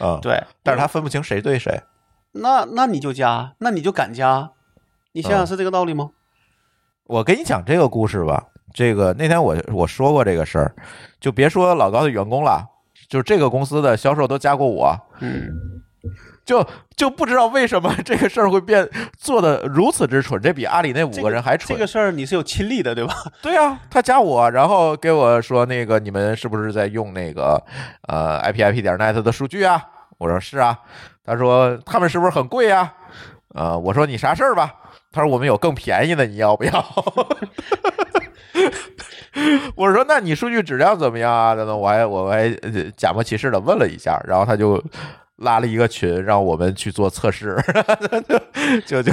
啊，，
对，
哦但是他分不清谁对谁。
那那你就加，那你就敢加，你
哦
想想是这个道理吗？
我给你讲这个故事吧。这个那天我我说过这个事儿，就别说老高的员工了，就是这个公司的销售都加过我，
嗯，
就就不知道为什么这个事儿会变做的如此之蠢，这比阿里那五
这
个人还蠢。
这个事儿你是有亲历的，对吧？
对啊，他加我，然后给我说那个你们是不是在用那个呃 ipip 点 net 的数据啊？我说是啊。他说他们是不是很贵啊？呃，我说你啥事儿吧？他说我们有更便宜的，你要不要？ 我说那你数据质量怎么样啊？等等，我还我还呃假模其式的问了一下，然后他就 拉了一个群让我们去做测试，就就就。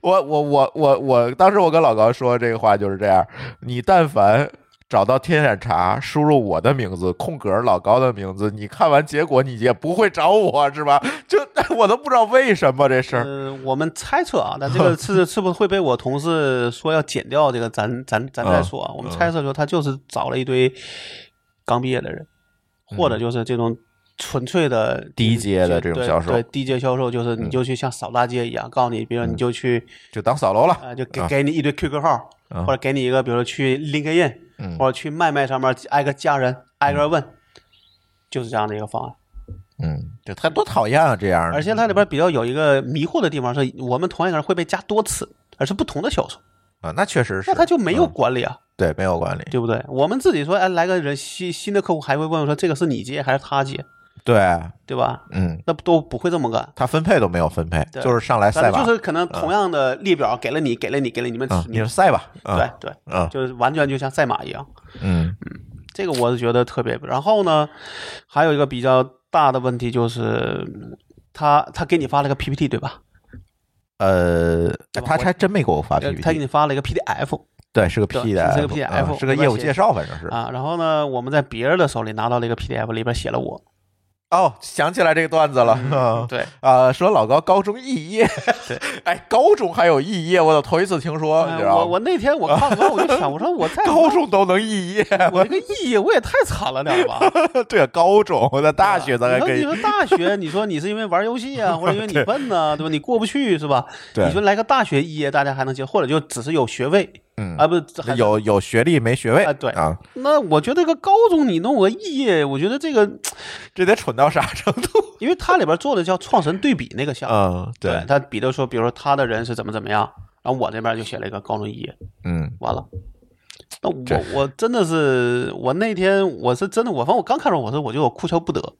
我我我我我，当时我跟老高说这个话就是这样，你但凡。找到天眼查，输入我的名字，空格老高的名字，你看完结果你也不会找我是吧？就 我都不知道为什么这事儿。
呃，我们猜测啊，但这 个是是不是会被我同事说要剪掉？这个咱咱咱再说啊。我们猜测说他就是找了一堆刚毕业的人，或者就是这种纯粹的
嗯低阶的这种
对
销售
对低阶销售就是你就去像扫大街一样，告诉你，比如说你就去
就当扫楼了。
啊，就给
嗯啊
给你一堆 QQ 号，
啊
或者给你一个，比如说去 LinkedIn，、
嗯
或者去麦麦上面挨个加人，挨个问，就是这样的一个方案。
嗯，这他多讨厌啊，这样的。
而且它里边比较有一个迷惑的地方是，我们同一个人会被加多次，而是不同的销售，
啊，那确实是，
那他就没有
嗯
管理啊，
对没有管理。
对不对？我们自己说，哎，来个人新新的客户还会问说这个是你接还是他接，
对，
对吧？
嗯，
那不都不会这么干。
他分配都没有分配，
对
就是上来
咱
赛
们
吧，嗯
就是可能同样的列表给了你，给了你，给了你们，
嗯，你
你
说赛吧，嗯
对对，
嗯
就是完全就像赛马一样。
嗯
这个我是觉得特别。然后呢，还有一个比较大的问题就是，嗯他他给你发了个 PPT 对吧？
呃，
对吧
他还真没给我发
呃他给
PPT，
你发了一个 PDF
对，是个
对
P 的，
是个 P 的
嗯
F，
是个
里边
业务
写
介绍，反正是。
啊。然后呢，我们在别人的手里拿到了一个 PDF，里边写了我。
哦，想起来这个段子了，嗯
对，
啊，说老高高中肄业，哎，高中还有肄业，我都头一次听说，你
哎
知道
我
吗
我？那天我看完我就想，我说我在
高中都能肄业，
我这个意义我也太惨了点吧。
对，高中我在 大学咱还可
你
以
说，你说大学，你说你是因为玩游戏 啊，或者因为你笨呐、对吧？你过不去是吧？
对
你说来个大学肄业，大家还能接受，或者就只是有学位
嗯，
啊，不是还
有有学历没学位
啊对
啊，
那我觉得这个高中你弄个肄业，我觉得这个，
这得蠢到啥程度？
因为它里边做的叫创神对比那个项目，
嗯，对，
他比如说，比如说他的人是怎么怎么样，然后我这边就写了一个高中肄业，
嗯，
完了。那
这
我我真的是，我那天我是真的，我反正我刚看着我说我就有哭笑不得，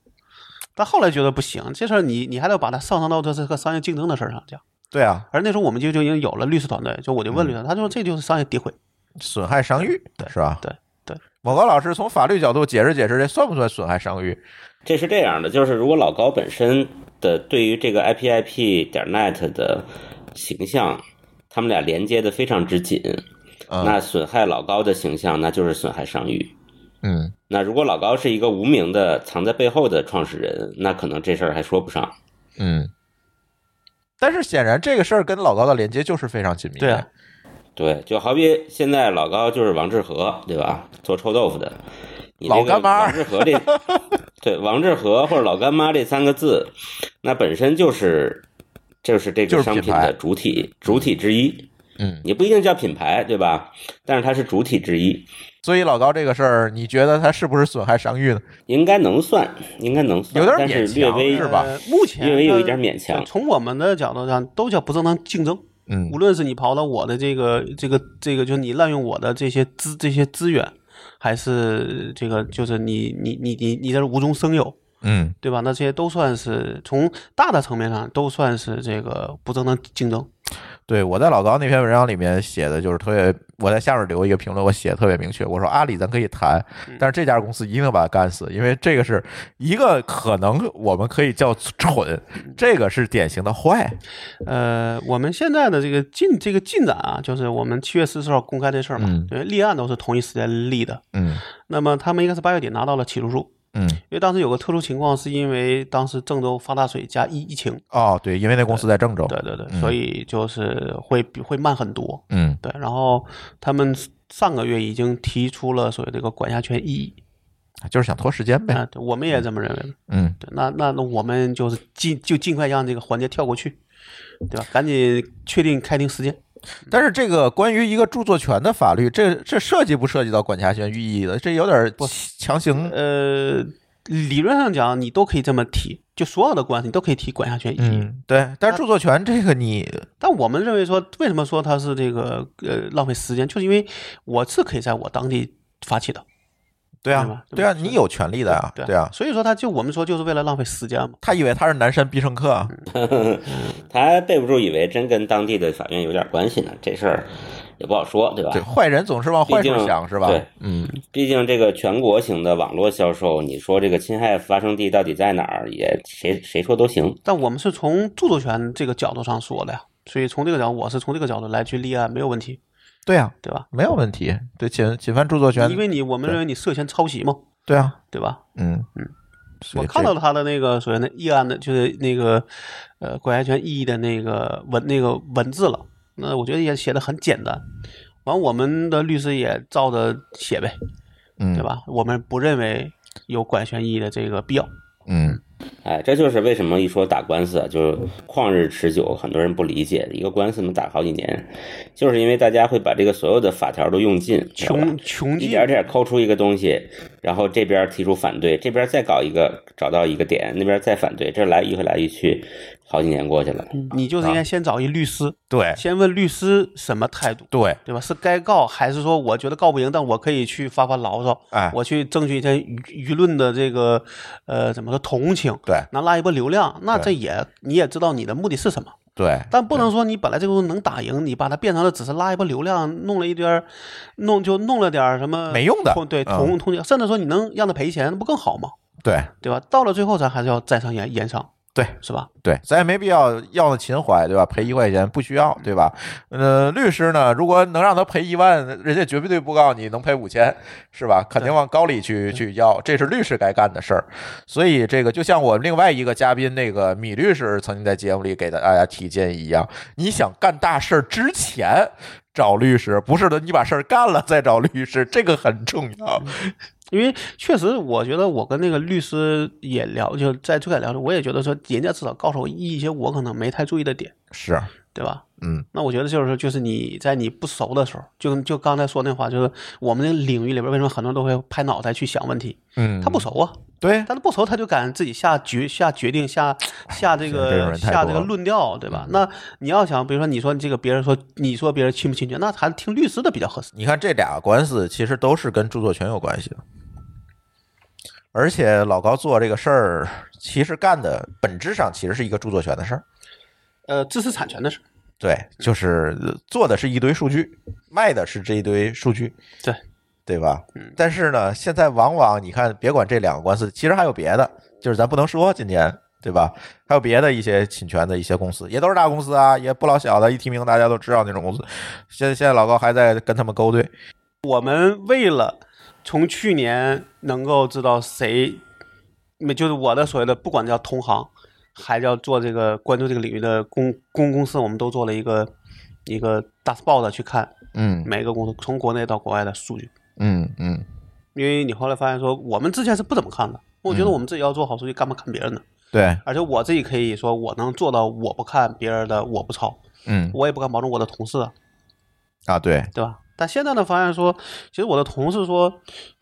但后来觉得不行，这事儿你你还得把它上升到这是个商业竞争的事儿上讲。
对啊，
而那时候我们就就已经有了律师团队，就我就问
嗯
律师，他就说这就是商业诋毁，
损害商誉，
对
是吧？
对对，
某高老师从法律角度解释解释，这算不算损害商誉？
这是这样的，就是如果老高本身的对于这个 IPIP 点 net 的形象，他们俩连接的非常之紧，
嗯
那损害老高的形象，那就是损害商誉。
嗯，
那如果老高是一个无名的藏在背后的创始人，那可能这事儿还说不上。
嗯。但是显然这个事儿跟老高的连接就是非常紧密的。
对啊
对，就好比现在老高就是王致和，对吧？做臭豆腐的，你这
老
个
干妈儿
王致 和这，对王致和或者老干妈这三个字，那本身就是就是这
就
个
是
商
品
品
牌
的主体主体之一。
嗯，
你不一定叫品牌，对吧？但是它是主体之一，
所以老高这个事儿，你觉得他是不是损害商誉呢？
应该能算，应该能算，
有点
但是
勉
略
强
微
是吧
呃目前
略微啊有
呢
一点勉强。
从我们的角度上，都叫不正当竞争。
嗯
无论是你跑到我的这个这个这个，就是你滥用我的这些资这些资源，还是这个就是你你你你你在这无中生有，
嗯
对吧？那这些都算是从大的层面上都算是这个不正当竞争。
对，我在老高那篇文章里面写的就是特别，我在下面留一个评论，我写的特别明确，我说阿里咱可以谈，
嗯
但是这家公司一定要把它干死，因为这个是一个可能我们可以叫蠢，
嗯
这个是典型的坏，
呃，我们现在的这个进这个进展啊，就是我们七月十四号公开这事儿嘛，
嗯
因为立案都是同一时间立的。
嗯
那么他们应该是八月底拿到了起诉书，
嗯，
因为当时有个特殊情况，是因为当时郑州发大水加疫疫情，
哦对，因为那公司在郑州，
对对对，
嗯
所以就是会比会慢很多。
嗯
对，然后他们上个月已经提出了所谓这个管辖权异议，
就是想拖时间呗，
啊，对我们也这么认为。
嗯
对，那那那我们就是尽就尽快让这个环节跳过去，对吧？赶紧确定开庭时间。
但是这个关于一个著作权的法律，这这涉及不涉及到管辖权异议的？这有点强行。
呃，理论上讲，你都可以这么提，就所有的官司你都可以提管辖权异议。
嗯，对，但是著作权这个你，
但我们认为说，为什么说它是这个呃浪费时间，就是因为我是可以在我当地发起的，
对
对吧
啊，对啊，
对吧
你有权利的啊，
对
对啊，
所以说，他就我们说就是为了浪费时间嘛。
他以为他是南山必胜客啊，
嗯
他备不住以为真跟当地的法院有点关系呢，这事儿也不好说，对吧？
对，坏人啊总是往坏
毕
处
竟
想是吧？
对
嗯，
毕竟这个全国型的网络销售，你说这个侵害发生地到底在哪儿，也谁谁说都行。
但我们是从著作权这个角度上说的呀，所以从这个角度，我是从这个角度来去立案，没有问题，
对啊，
对吧？
没有问题，对侵侵犯著作权
因，为你我们认为你涉嫌抄袭嘛，
对啊，
对吧？
嗯嗯，所
我
以
看
这
到他的那个所谓的议案的，就是那个呃管辖权异议的那个文那个文字了。那我觉得也写的很简单，完我们的律师也照着写呗，
嗯
对吧？我们不认为有管辖权异议的这个必要。
嗯
哎，这就是为什么一说打官司啊，就是旷日持久，很多人不理解，一个官司能打好几年，就是因为大家会把这个所有的法条都用尽，知道吧
穷穷
一
尽
点点抠出一个东西，然后这边提出反对，这边再搞一个，找到一个点，那边再反对，这来一回来一去，好几年过 去了。
你就是应该先找一律师，
对
先问律师什么态度，
对，
对吧？是该告还是说我觉得告不赢，但我可以去发发牢骚，
哎
我去争取一些舆舆论的这个呃怎么说同情，
对
能拉一波流量，那
对
这也你也知道你的目的是什么，
对，
但不能说你本来这个东西能打赢，你把它变成了只是拉一波流量，弄了一点儿，弄就弄了点儿什么
没用的
同对，
嗯
同同甚至说你能让他赔钱，那不更好吗？
对
对吧？到了最后，咱还是要再上言言商，
对
是吧？
对，咱也没必要要那秦淮，对吧？赔一块钱不需要，对吧？呃，律师呢，如果能让他赔一万，人家绝对不告你能赔五千，是吧？肯定往高里去去要，这是律师该干的事儿。所以这个就像我另外一个嘉宾那个米律师曾经在节目里给大家提建议一样，你想干大事儿之前。找律师不是的，你把事儿干了再找律师，这个很重要。
因为确实，我觉得我跟那个律师也聊，就在最开始聊的，我也觉得说，人家至少告诉我一些我可能没太注意的点，
是，
对吧？
嗯，
那我觉得就是说，就是你在你不熟的时候，就就刚才说那话，就是我们这个领域里边，为什么很多人都会拍脑袋去想问题？
嗯，
他不熟啊，
对，
但他不熟，他就敢自己下决下决定下下这
这种
个
人太
下这
多
个
了嗯
论调，对吧？那你要想，比如说你说这个别人说你说别人侵不侵权，那还是听律师的比较合适。
你看这俩官司其实都是跟著作权有关系的，而且老高做这个事儿，其实干的本质上其实是一个著作权的事儿。
呃，知识产权的事儿，
对，就是呃做的是一堆数据，卖的是这一堆数据，
对
对吧？但是呢，现在往往你看，别管这两个官司，其实还有别的，就是咱不能说今天。对吧？还有别的一些侵权的一些公司，也都是大公司啊，也不老小的，一提名大家都知道那种公司。现在现在老高还在跟他们勾兑，
我们为了从去年能够知道谁，没就是我的所谓的不管叫同行，还叫做这个关注这个领域的公公公司，我们都做了一个一个大 s p o t 去看
嗯
每个公司从国内到国外的数据，
嗯嗯，
因为你后来发现说我们之前是不怎么看的，我觉得我们自己要做好数据，干嘛看别人呢？
对，
而且我自己可以说我能做到我不看别人的，我不抄，
嗯，
我也不敢保证我的同事啊，
啊，对，
对吧？但现在呢，发现说，其实我的同事说，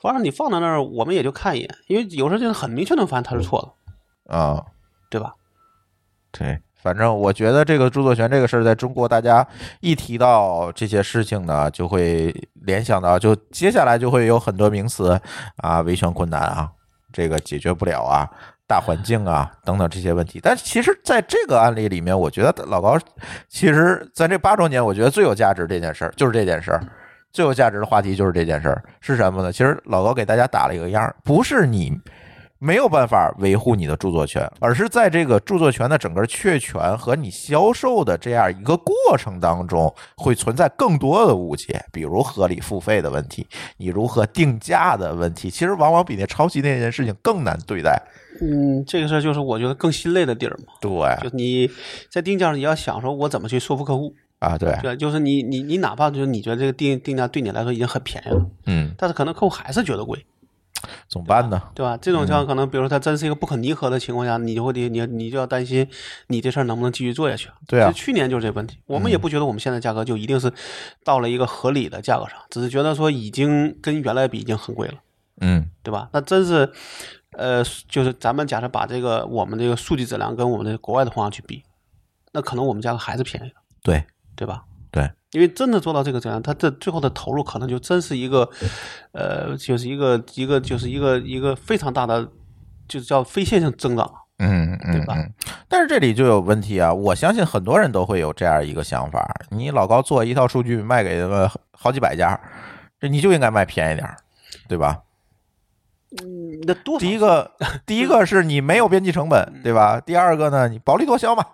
反正你放在那儿，我们也就看一眼，因为有时候就是很明确能发现他是错的，
啊，
对吧？
对，反正我觉得这个著作权这个事儿，在中国大家一提到这些事情呢，就会联想到，就接下来就会有很多名词啊，维权困难啊，这个解决不了啊。大环境啊，等等这些问题，但其实在这个案例里面，我觉得老高其实在这八周年，我觉得最有价值这件事儿就是这件事儿，最有价值的话题就是这件事儿是什么呢？其实老高给大家打了一个样儿，不是你没有办法维护你的著作权，而是在这个著作权的整个确权和你销售的这样一个过程当中，会存在更多的误解，比如合理付费的问题，你如何定价的问题，其实往往比那抄袭那件事情更难对待。
嗯，这个事儿就是我觉得更心累的地儿嘛，
对
就是你在定价上你要想说，我怎么去说服客户，
啊，对，
对吧，就是你你你哪怕就是你觉得这个定定价对你来说已经很便宜了，
嗯，
但是可能客户还是觉得贵，
怎么办呢？
对吧？这种情
嗯
况可能，比如说它真是一个不可弥合的情况下，你就会得你你就要担心你这事儿能不能继续做下去。
对啊嗯
其实去年就是这问题，我们也不觉得我们现在价格就一定是到了一个合理的价格上，只是觉得说已经跟原来比已经很贵了，
嗯
对吧？那真是，呃，就是咱们假设把这个我们这个数据质量跟我们的国外的同行去比，那可能我们价格还是便宜的，
对
对吧？
对，
因为真的做到这个质量，它这最后的投入可能就真是一个，呃，就是一个一个就是一个一个非常大的，就是叫非线性增长。
嗯
对
嗯
吧
嗯，但是这里就有问题啊！我相信很多人都会有这样一个想法：你老高做一套数据卖给他们好好几百家，这你就应该卖便宜点儿， 对吧？
那多少
嗯第一个，第一个是你没有边际成本，对吧？第二个呢，你薄利多销嘛，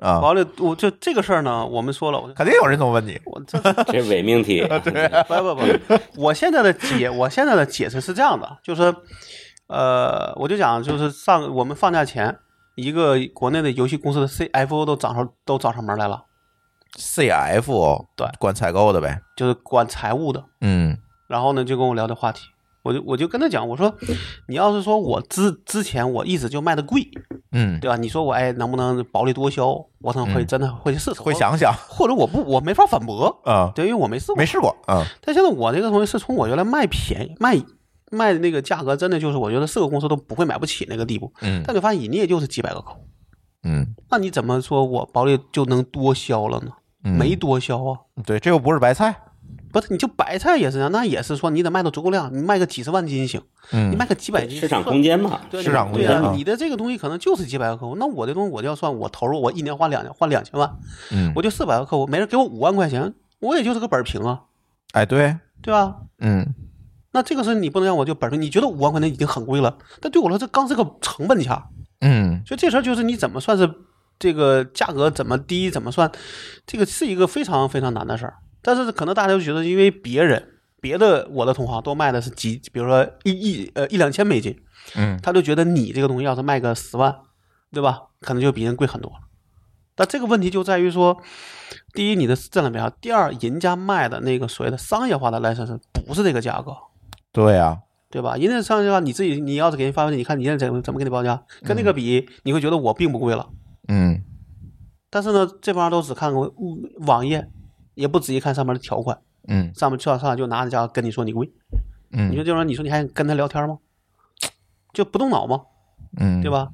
啊，
完了，我就这个事儿呢，我们说了，我
肯定有人这么问你，
我这
这伪命题。
不不不，我现在的解， 我现在的解释是这样的，就是，呃，我就讲，就是上我们放假前，一个国内的游戏公司的 CFO 都找上都找上门来了，
CF
对
管采购的呗。
就是管财务的，
嗯
然后呢就跟我聊这话题，我就我就跟他讲，我说，你要是说我之之前我一直就卖的贵，
嗯，
对吧？你说我哎能不能薄利多销？我可能会真的会去试试，
会想想
或者我不我没法反驳，
啊，
对，因为我没试过，
没试过啊，
但现在我这个东西是从我原来卖便宜卖卖的那个价格，真的就是我觉得四个公司都不会买不起那个地步。
嗯
但你发现你也就是几百个口，
嗯
那你怎么说我保利就能多销了呢？
嗯，
没多销啊，
对，这又不是白菜，
不是你就白菜也是啊，那也是说你得卖到足够量，你卖个几十万斤行，你
嗯
卖个几百斤，
市场空间嘛，
对
市场空间
对啊
啊，
你的这个东西可能就是几百个客户，那我的东西我就要算，我投入我一年花两花两千万，
嗯，
我就四百个客户，每人给我五万块钱，我也就是个本儿平啊，
哎对，
对吧？
嗯
那这个事你不能让我就本身，你觉得五万块钱已经很贵了，但对我来说这刚是个成本价，
嗯
所以这事儿就是你怎么算是这个价格怎么低怎么算，这个是一个非常非常难的事儿。但是可能大家就觉得，因为别人别的我的同行都卖的是几，比如说一一呃一两千美金，
嗯
他就觉得你这个东西要是卖个十万，对吧？可能就比人贵很多了。但这个问题就在于说，第一，你的质量比较好；第二，人家卖的那个所谓的商业化的 license 不是这个价格，
对啊呀，
对吧？人家上去的话，你自己你要是给人发过去，你看人家怎么怎么给你报价，跟
嗯
那个比，你会觉得我并不贵了。
嗯
但是呢，这帮人都只看过嗯网页，也不仔细看上面的条款，
嗯
上面上上来就拿着价格跟你说你贵，你说
嗯
这玩意儿，你说你还跟他聊天吗？就不动脑吗？
嗯，
对？吧？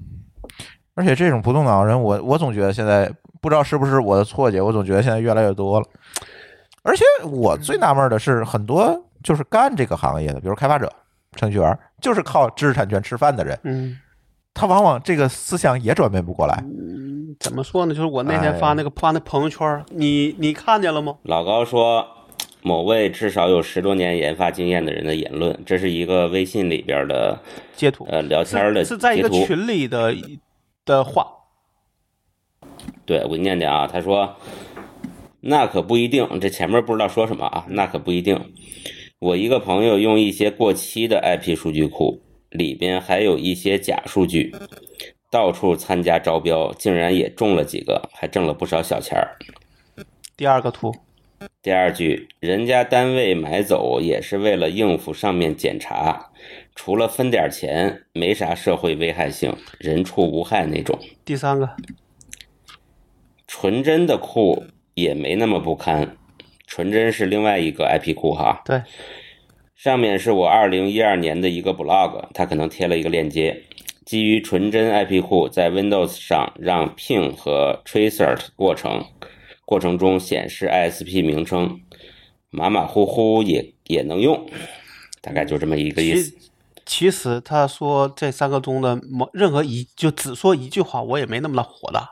而且这种不动脑人，我我总觉得现在不知道是不是我的错觉，我总觉得现在越来越多了。而且我最纳闷的是，很多就是干这个行业的，比如开发者、程序员，就是靠知识产权吃饭的人，
嗯，
他往往这个思想也转变不过来。
嗯怎么说呢？就是我那
哎
天发那个发那朋友圈儿，你你看见了吗？
老高说，某位至少有十多年研发经验的人的言论，这是一个微信里边的
截图
呃聊天的
是是在一
截
个
图。
群里的的话，
对我念念啊，他说，那可不一定，这前面不知道说什么啊，那可不一定。我一个朋友用一些过期的 IP 数据库，里边还有一些假数据，到处参加招标，竟然也中了几个，还挣了不少小钱儿。
第二个图，
第二句，人家单位买走也是为了应付上面检查，除了分点钱，没啥社会危害性，人畜无害那种。
第三个，
纯真的库也没那么不堪，纯真是另外一个 IP 库哈。
对，
上面是我二零一二年的一个 blog，它可能贴了一个链接。基于纯真 IP 库在 Windows 上让 ping 和 tracer 过程过程中显示 ISP 名称，马马虎虎也也能用，大概就这么一个意思。
其其实他说这三个中的某任何一就只说一句话，我也没那么的火大，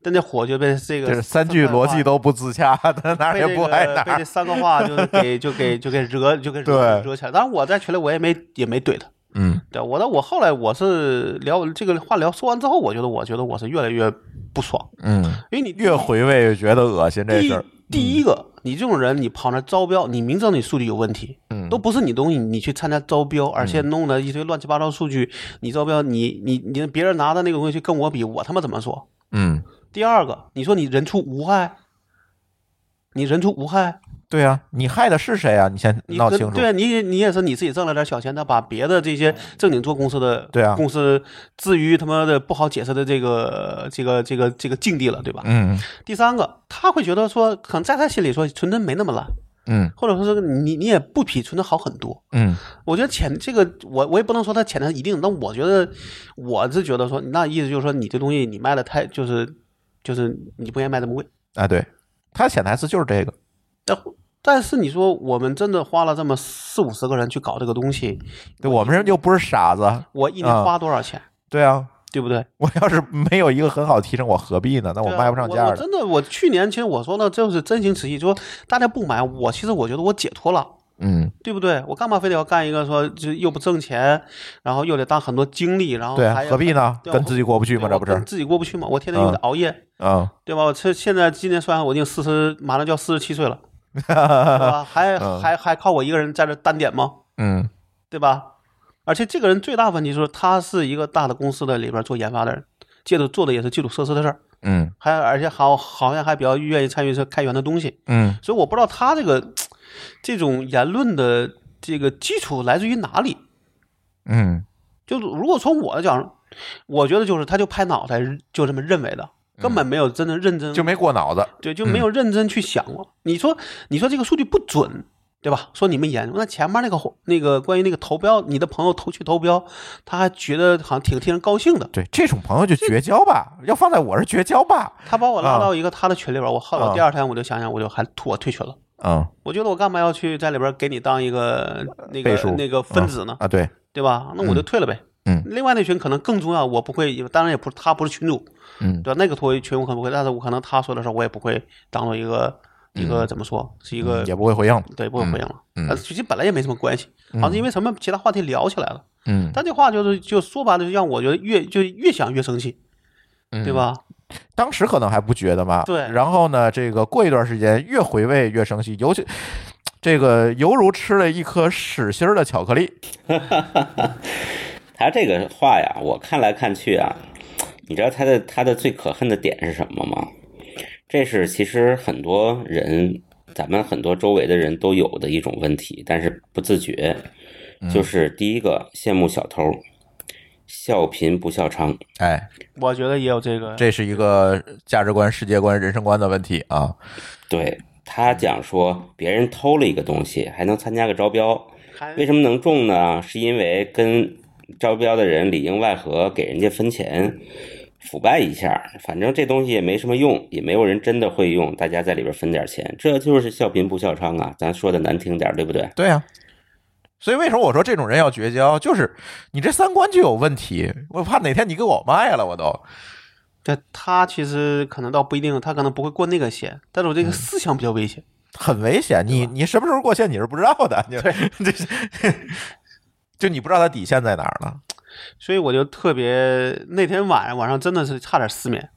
但这火就被这个
就是三句逻辑都不自洽，他哪儿
被
也
这
不挨
个
哪
被这
儿。
三个话就是给就给就给惹就给惹
对
惹起来。当然我在群里我也没也没怼他，
嗯
对我但我后来我是聊这个话聊说完之后，我觉得我觉得我是越来越不爽，
嗯，
因为你
越回味越觉得恶心这
第
事
一
儿。
第一个，你这种人，你跑那招标，你明知道你数据有问题，
嗯
都不是你东西，你去参加招标，而且弄的一堆乱七八糟数据，你招标，你你你别人拿的那个东西去跟我比，我他妈怎么说？
嗯，
第二个，你说你人畜无害，你人畜无害，
对呀、你害的是谁啊？你先
你
闹
跟
清楚
对。啊，你你也是你自己挣了点小钱，他把别的这些正经做公司的
对啊
公司置于他妈的不好解释的这个这个这个这个境地了，对吧？
嗯
第三个，他会觉得说，可能在他心里说，纯真没那么烂。
嗯
或者说是你你也不比存的好很多。
嗯
我觉得潜这个我我也不能说它潜台一定，但我觉得我是觉得说，那意思就是说你这东西你卖的太就是就是你不愿意卖这么贵。
啊，对，他潜台词就是这个。
但但是你说我们真的花了这么四五十个人去搞这个东西，
对我们人又不是傻子。
我一
啊
年花多少钱，
对啊，
对不对？
我要是没有一个很好的提升，我何必呢？那我
对啊
卖不上
我
价
我
的。
真的，我去年其实我说呢，就是真心实意，就说大家不买，我其实我觉得我解脱了。
嗯，
对不对？我干嘛非得要干一个说就又不挣钱，然后又得当很多精力，然后
对啊
哦还，要
何必呢？
对啊
跟
我
自己过不去吗？
对
这
我
不是
跟自己过不去吗？我天天又得熬夜，
啊，
对吧？我这现在今年算上我已经四十，马上就要四十七岁了，对 吧？还、
嗯
还还靠我一个人在这单点吗？
嗯
对吧？而且这个人最大问题就是他是一个大的公司的里边做研发的人，接着做的也是基础设施的事儿，
嗯
还而且好好像还比较愿意参与这开源的东西，
嗯
所以我不知道他这个这种言论的这个基础来自于哪里。
嗯
就是如果从我的角度，我觉得就是他就拍脑袋就这么认为的，根本没有真的认真，
嗯嗯，就嗯没过脑子。
对，就没有认真去想过。你说，你说这个数据不准，对吧？说你们研究，那前面那个那个关于那个投标，你的朋友投去投标，他还觉得好像挺替人高兴的。
对，这种朋友就绝交吧，要放在我是绝交吧。
他把我拉
啊
到一个他的群里边，我后
啊
我第二天我就想想，我就还退我退群了。
嗯
我觉得我干嘛要去在里边给你当一个那
背
个
书
那个分子呢？
啊，对，
对吧？那我就退了呗。
嗯
另外那群可能更重要，我不会，当然也不是他不是群主，
嗯
对吧？那个托群我可能不会，但是我可能他说的时候，我也不会当做一个一个怎么说，是一个
嗯也不会回应。
对，不会回应了。
嗯
呃其实本来也没什么关系，好像是因为什么其他话题聊起来了。
嗯，
但这话就是就说白了，就让我觉得越就越想越生气，对吧？
嗯当时可能还不觉得嘛。
对
然后呢，这个过一段时间越回味越生气，尤其这个犹如吃了一颗屎心儿的巧克力。
他这个话呀，我看来看去啊，你知道他的他的最可恨的点是什么吗？这是其实很多人，咱们很多周围的人都有的一种问题，但是不自觉。就是第一个羡慕小偷，笑贫不笑娼。
哎，
我觉得也有这个，
这是一个价值观、世界观、人生观的问题啊。
对他讲说，别人偷了一个东西还能参加个招标，
还
为什么能中呢？是因为跟招标的人里应外合，给人家分钱，腐败一下。反正这东西也没什么用，也没有人真的会用，大家在里边分点钱，这就是笑贫不笑娼啊！咱说的难听点，对不对？
对呀、啊所以为什么我说这种人要绝交，就是你这三观就有问题，我怕哪天你给我卖了，我都
对他其实可能倒不一定，他可能不会过那个线，但是我这
嗯
个思想比较危险。
很危险。你你什么时候过线你是不知道的，你这 是就你不知道他底线在哪儿了。
所以我就特别那天晚上晚上真的是差点失眠，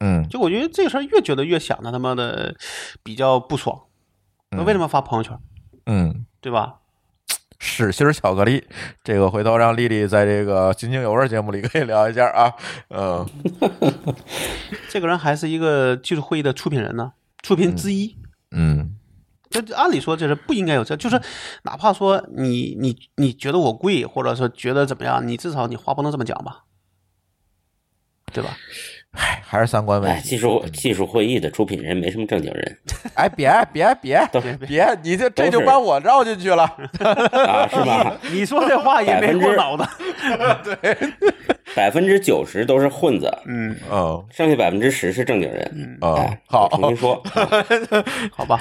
嗯
就我觉得这事儿越觉得越想的他妈的比较不爽。那为什么发朋友圈，
嗯，
对吧？
屎心儿巧克力，这个回头让丽丽在这个津津有味儿节目里可以聊一下啊。嗯
这个人还是一个技术会议的出品人呢，出品之一。
嗯
这这按理说这是不应该有这，就是哪怕说你你你觉得我贵，或者说觉得怎么样，你至少你话不能这么讲吧，对吧？
哎还是三观问
哎，
题。
技术技术会议的出品人没什么正经人
哎，别别别
都
别，你就这
都
就是把我绕进去了。
啊，是吧？
你说这话也没过脑子，
百分之九十都是混子，
嗯，
嗯
剩下百分之十是正经人。
嗯
哎，，
好
我，重新 说，
好吧，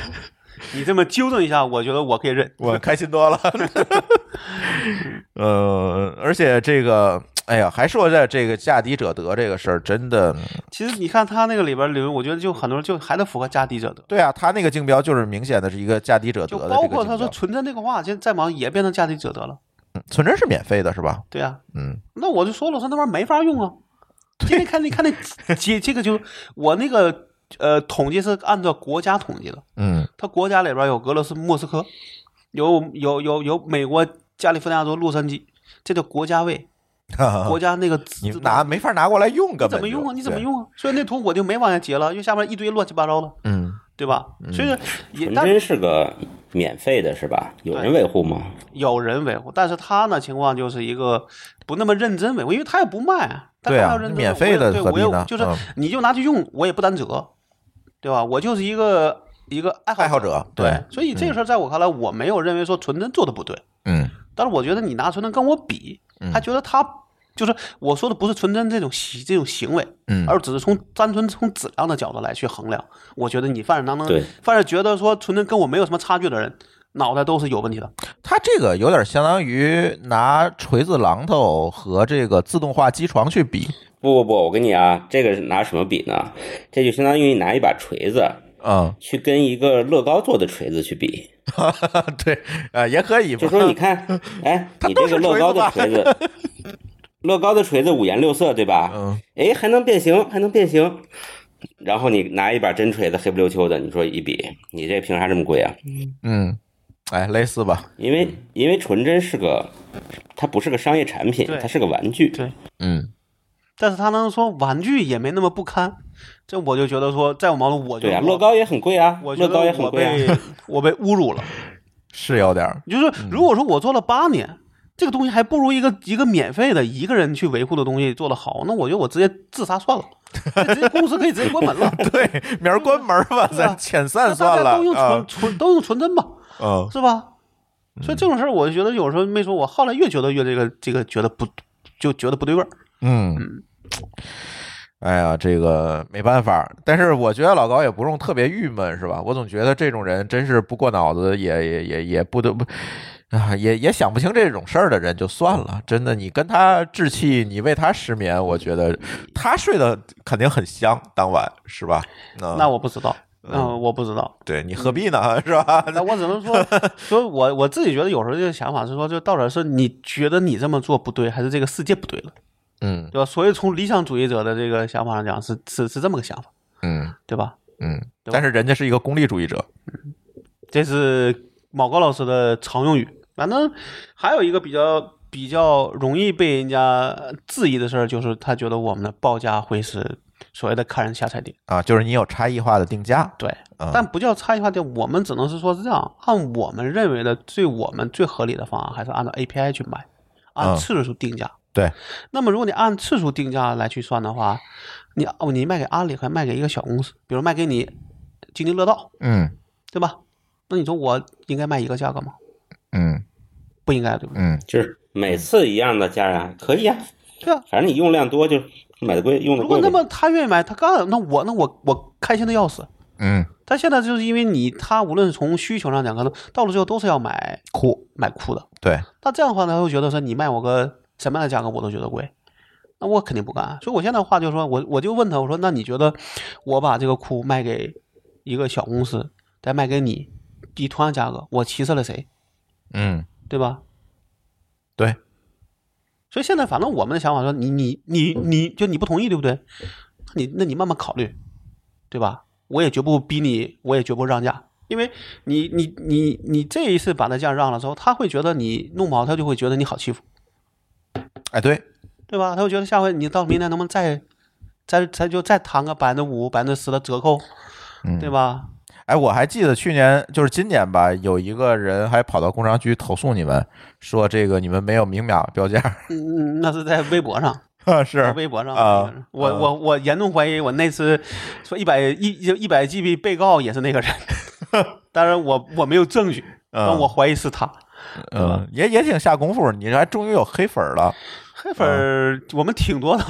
你这么纠正一下，我觉得我可以认。
我开心多了。 呃，而且这个，哎呀，还说这这个价低者得这个事儿，真的，
其实你看他那个里边儿里面，我觉得就很多人就还得符合价低者得，
对啊，他那个竞标就是明显的是一个价低者得
就
的这个
包
竞标。
括他说存真这个话，现在再忙也变成价低者得了，
嗯存真是免费的，是吧？
对呀、
嗯
那我就说了，我说那玩意儿没法用啊。今天看你看 那这这个就我那个呃统计是按照国家统计的，
嗯
它国家里边有俄罗斯莫斯科，有有有有美国加利福尼亚州洛杉矶，这叫国家位，国家那个
啊你
自
拿没法拿过来用，根
你
本
怎么用啊？
就
你怎么？用啊？所以那图我就没往下截了，因为下面一堆乱七八糟的，
对嗯，
对吧？所以也
纯
但是
真是个免费的，是吧？有人维护吗？
有人维护，但是他呢情况就是一个不那么认真维护，因为他也不卖啊，但
对啊
他要认真
免费的
我也
何
对
必
我也
呢
就是
嗯
你就拿去用，我也不担责，对吧？我就是一个一个爱好
爱好者对
对，所以这个事儿在我看来，我没有认为说纯真做的不对，
嗯
但是我觉得你拿纯真跟我比，他觉得他。就是我说的不是纯真这种行这种行为，
嗯
而只是从单纯从质量的角度来去衡量。我觉得你凡是当当
对，
凡是觉得说纯真跟我没有什么差距的人，脑袋都是有问题的。
它这个有点相当于拿锤子榔头和这个自动化机床去比
不不不，我跟你啊，这个是拿什么比呢？这就相当于你拿一把锤子，
嗯，
去跟一个乐高做的锤子去比，
对，啊，也可以吧，
就 说你
嗯
看，哎，
它
你
都
这
是
个乐高的锤子， 乐高的锤子五颜六色，对吧？
嗯，
哎，还能变形，还能变形。然后你拿一把真锤子，黑不溜秋的，你说一比，你这凭啥这么贵啊？
嗯，哎，类似吧，
因为
嗯
因为纯真是个，它不是个商业产品
对，
它是个玩具。
对
嗯，
但是他能说玩具也没那么不堪，这我就觉得说再有矛盾我就
对啊，
我
乐高也很贵啊，
我觉
乐
得
高也
我
很贵啊。
被我被侮辱了。
是有点儿，。
你就是如果说我做了八年，这个东西还不如一个一个免费的一个人去维护的东西做得好，那我觉得我直接自杀算了，这直接公司可以直接关门 了
对，明儿关门吧，
对啊
咱遣
那
散
大
算
家
了
都用纯
啊，
纯都用纯真吧，
嗯，
啊
是吧？所以这种事儿，我觉得有时候没说，我后来越觉得越这个这个觉得不就觉得不对味儿。
嗯，哎呀，这个没办法，但是我觉得老高也不用特别郁闷，是吧？我总觉得这种人真是不过脑子，也也也也不得不啊，也也想不清这种事儿的人就算了。真的，你跟他置气，你为他失眠，我觉得他睡得肯定很香，当晚是吧？
啊
那
那我不知道，嗯，我不知道。
对你何必呢？ 是吧？
那我只能说，说我我自己觉得有时候这个想法是说，就到底是你觉得你这么做不对，还是这个世界不对了，
嗯
对吧？所以从理想主义者的这个想法上讲，是是是这么个想法，
嗯
对吧？
嗯，
对吧
但是人家是一个功利主义者，
这是某高老师的常用语。反正还有一个比较比较容易被人家质疑的事儿，就是他觉得我们的报价会是所谓的看人下菜碟。
啊，就是你有差异化的定价，
对，
嗯
但不叫差异化店，我们只能是说是这样，按我们认为的最我们最合理的方案，还是按照 API 去买，按
嗯
次数定价。
对，
那么如果你按次数定价来去算的话，你哦，你卖给阿里还卖给一个小公司，比如卖给你津津乐道，
嗯
对吧？那你说我应该卖一个价格吗？
嗯
不应该，对不对？
嗯，
就是每次一样的价啊，可以啊，
对啊，
反正你用量多就买的贵，用的
如果
贵呗。
那么他愿意买，他干，那我那我我开心的要死。
嗯，
但现在就是因为你，他无论从需求上讲，可能到了最后都是要买哭买哭的。
对，
那这样的话呢，他会觉得说你卖我个什么样的价格我都觉得贵，那我肯定不干。啊所以我现在话就是说我我就问他，我说那你觉得我把这个库卖给一个小公司，再卖给你，比同样价格，我歧视了谁，
嗯
对吧？
对，
所以现在反正我们的想法说你你你你就你不同意对不对？那你那你慢慢考虑，对吧？我也绝不逼你，我也绝不让价，因为你你你你这一次把那价让了之后，他会觉得你弄不好，他就会觉得你好欺负，
哎，对，
对吧？他会觉得下回你到明年能不能再再再就再谈个百分之五、百分之十的折扣，
嗯
对吧？
哎，我还记得去年就是今年吧，有一个人还跑到工商局投诉你们，说这个你们没有明码标价，
嗯，嗯那是在微博上，在
是
微博上
啊
我
啊
我我严重怀疑，我那次说一百一一百 GB 被告也是那个 人，当然我我没有证据，
啊
但我怀疑是他。
嗯，也也挺下功夫，你还终于有黑粉了，
黑粉儿我们挺 多的，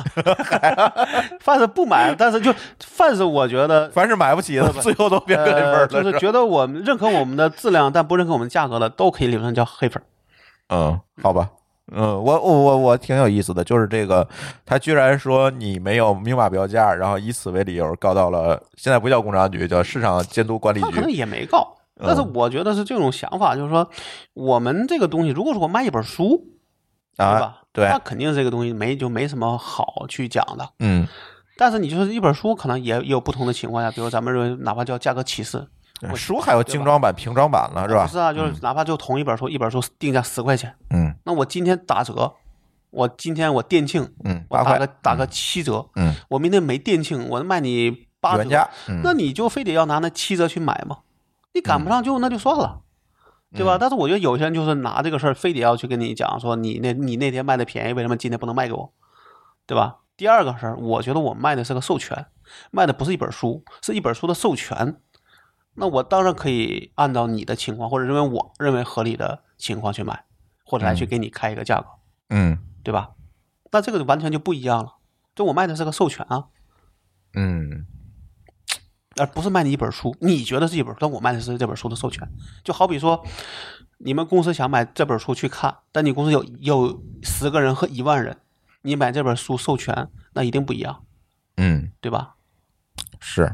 凡是不买，但是就凡是我觉得。
凡是买不起的，最后都变黑粉
呃，
了，
就是是
吧
觉得我们认可我们的质量，但不认可我们价格的，都可以理论上叫黑粉儿。
嗯，好吧。嗯，我我我我挺有意思的，就是这个，他居然说你没有明码标价，然后以此为理由告到了，现在不叫工商局，叫市场监督管理
他可能
局。
也没告，
嗯
但是我觉得是这种想法，就是说，我们这个东西，如果说我卖一本书，对
啊
吧？
对
那肯定这个东西没就没什么好去讲的。
嗯，
但是你就是一本书，可能也也有不同的情况下，比如咱们认为哪怕叫价格歧视，我
嗯书还有精装版、平装版了，是吧
不？是啊，就是哪怕就同一本书，一本书定价十块钱，
嗯
那我今天打折，我今天我店庆，
嗯，
我
八
打
块
个打个七折，
嗯，
我明天没店庆，我卖你八
原
折
价，，嗯
那你就非得要拿那七折去买吗？你赶不上就那就算了，对吧？但是我觉得有些人就是拿这个事儿，非得要去跟你讲说你那你那天卖的便宜，为什么今天不能卖给我，对吧？第二个事儿，我觉得我卖的是个授权，卖的不是一本书，是一本书的授权。那我当然可以按照你的情况，或者认为我认为合理的情况去买，或者来去给你开一个价格，
嗯
对吧？那这个就完全就不一样了，就我卖的是个授权啊，
嗯
而呃不是卖你一本书，你觉得是一本书，但我卖的是这本书的授权。就好比说，你们公司想买这本书去看，但你公司有有十个人和一万人，你买这本书授权，那一定不一样，
嗯，
对吧？
是。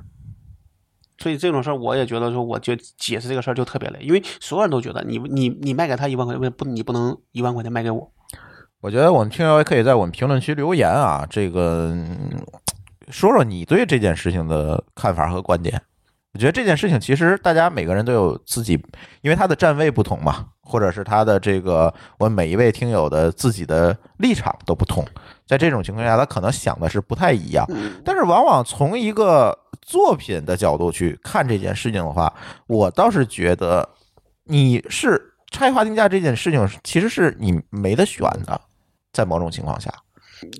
所以这种事儿，我也觉得说，我就解释这个事儿就特别累，因为所有人都觉得你你你卖给他一万块钱，不你不能一万块钱卖给我。
我觉得我们听友也可以在我们评论区留言啊，这个嗯说说你对这件事情的看法和观点。我觉得这件事情其实大家每个人都有自己，因为他的站位不同嘛，或者是他的这个我们每一位听友的自己的立场都不同，在这种情况下，他可能想的是不太一样。但是往往从一个作品的角度去看这件事情的话，我倒是觉得你是拆划定价这件事情，其实是你没得选的，在某种情况下。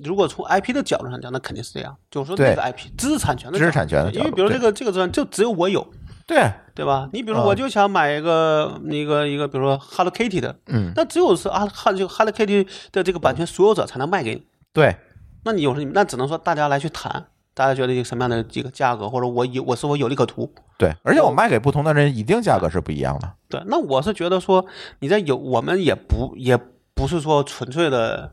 如果从 IP 的角度上讲，那肯定是这样，就是说
对
那个 IP 知识产权的
知
角
识
度
产权的
因
角
为
度
比如
对
这个这个专就只有我有，
对，
对吧？你比如
嗯
我就想买一个、一个一个，比如说 Hello Kitty 的，
嗯，
那只有是啊 Hello 就 Hello Kitty 的这个版权所有者才能卖给你。
对，
那你有时候你那只能说大家来去谈，大家觉得一个什么样的一个价格，或者我有我是否有利可图？
对，而且我卖给不同的人，一定价格是不一样的。
对，那我是觉得说你在有我们也不也不是说纯粹的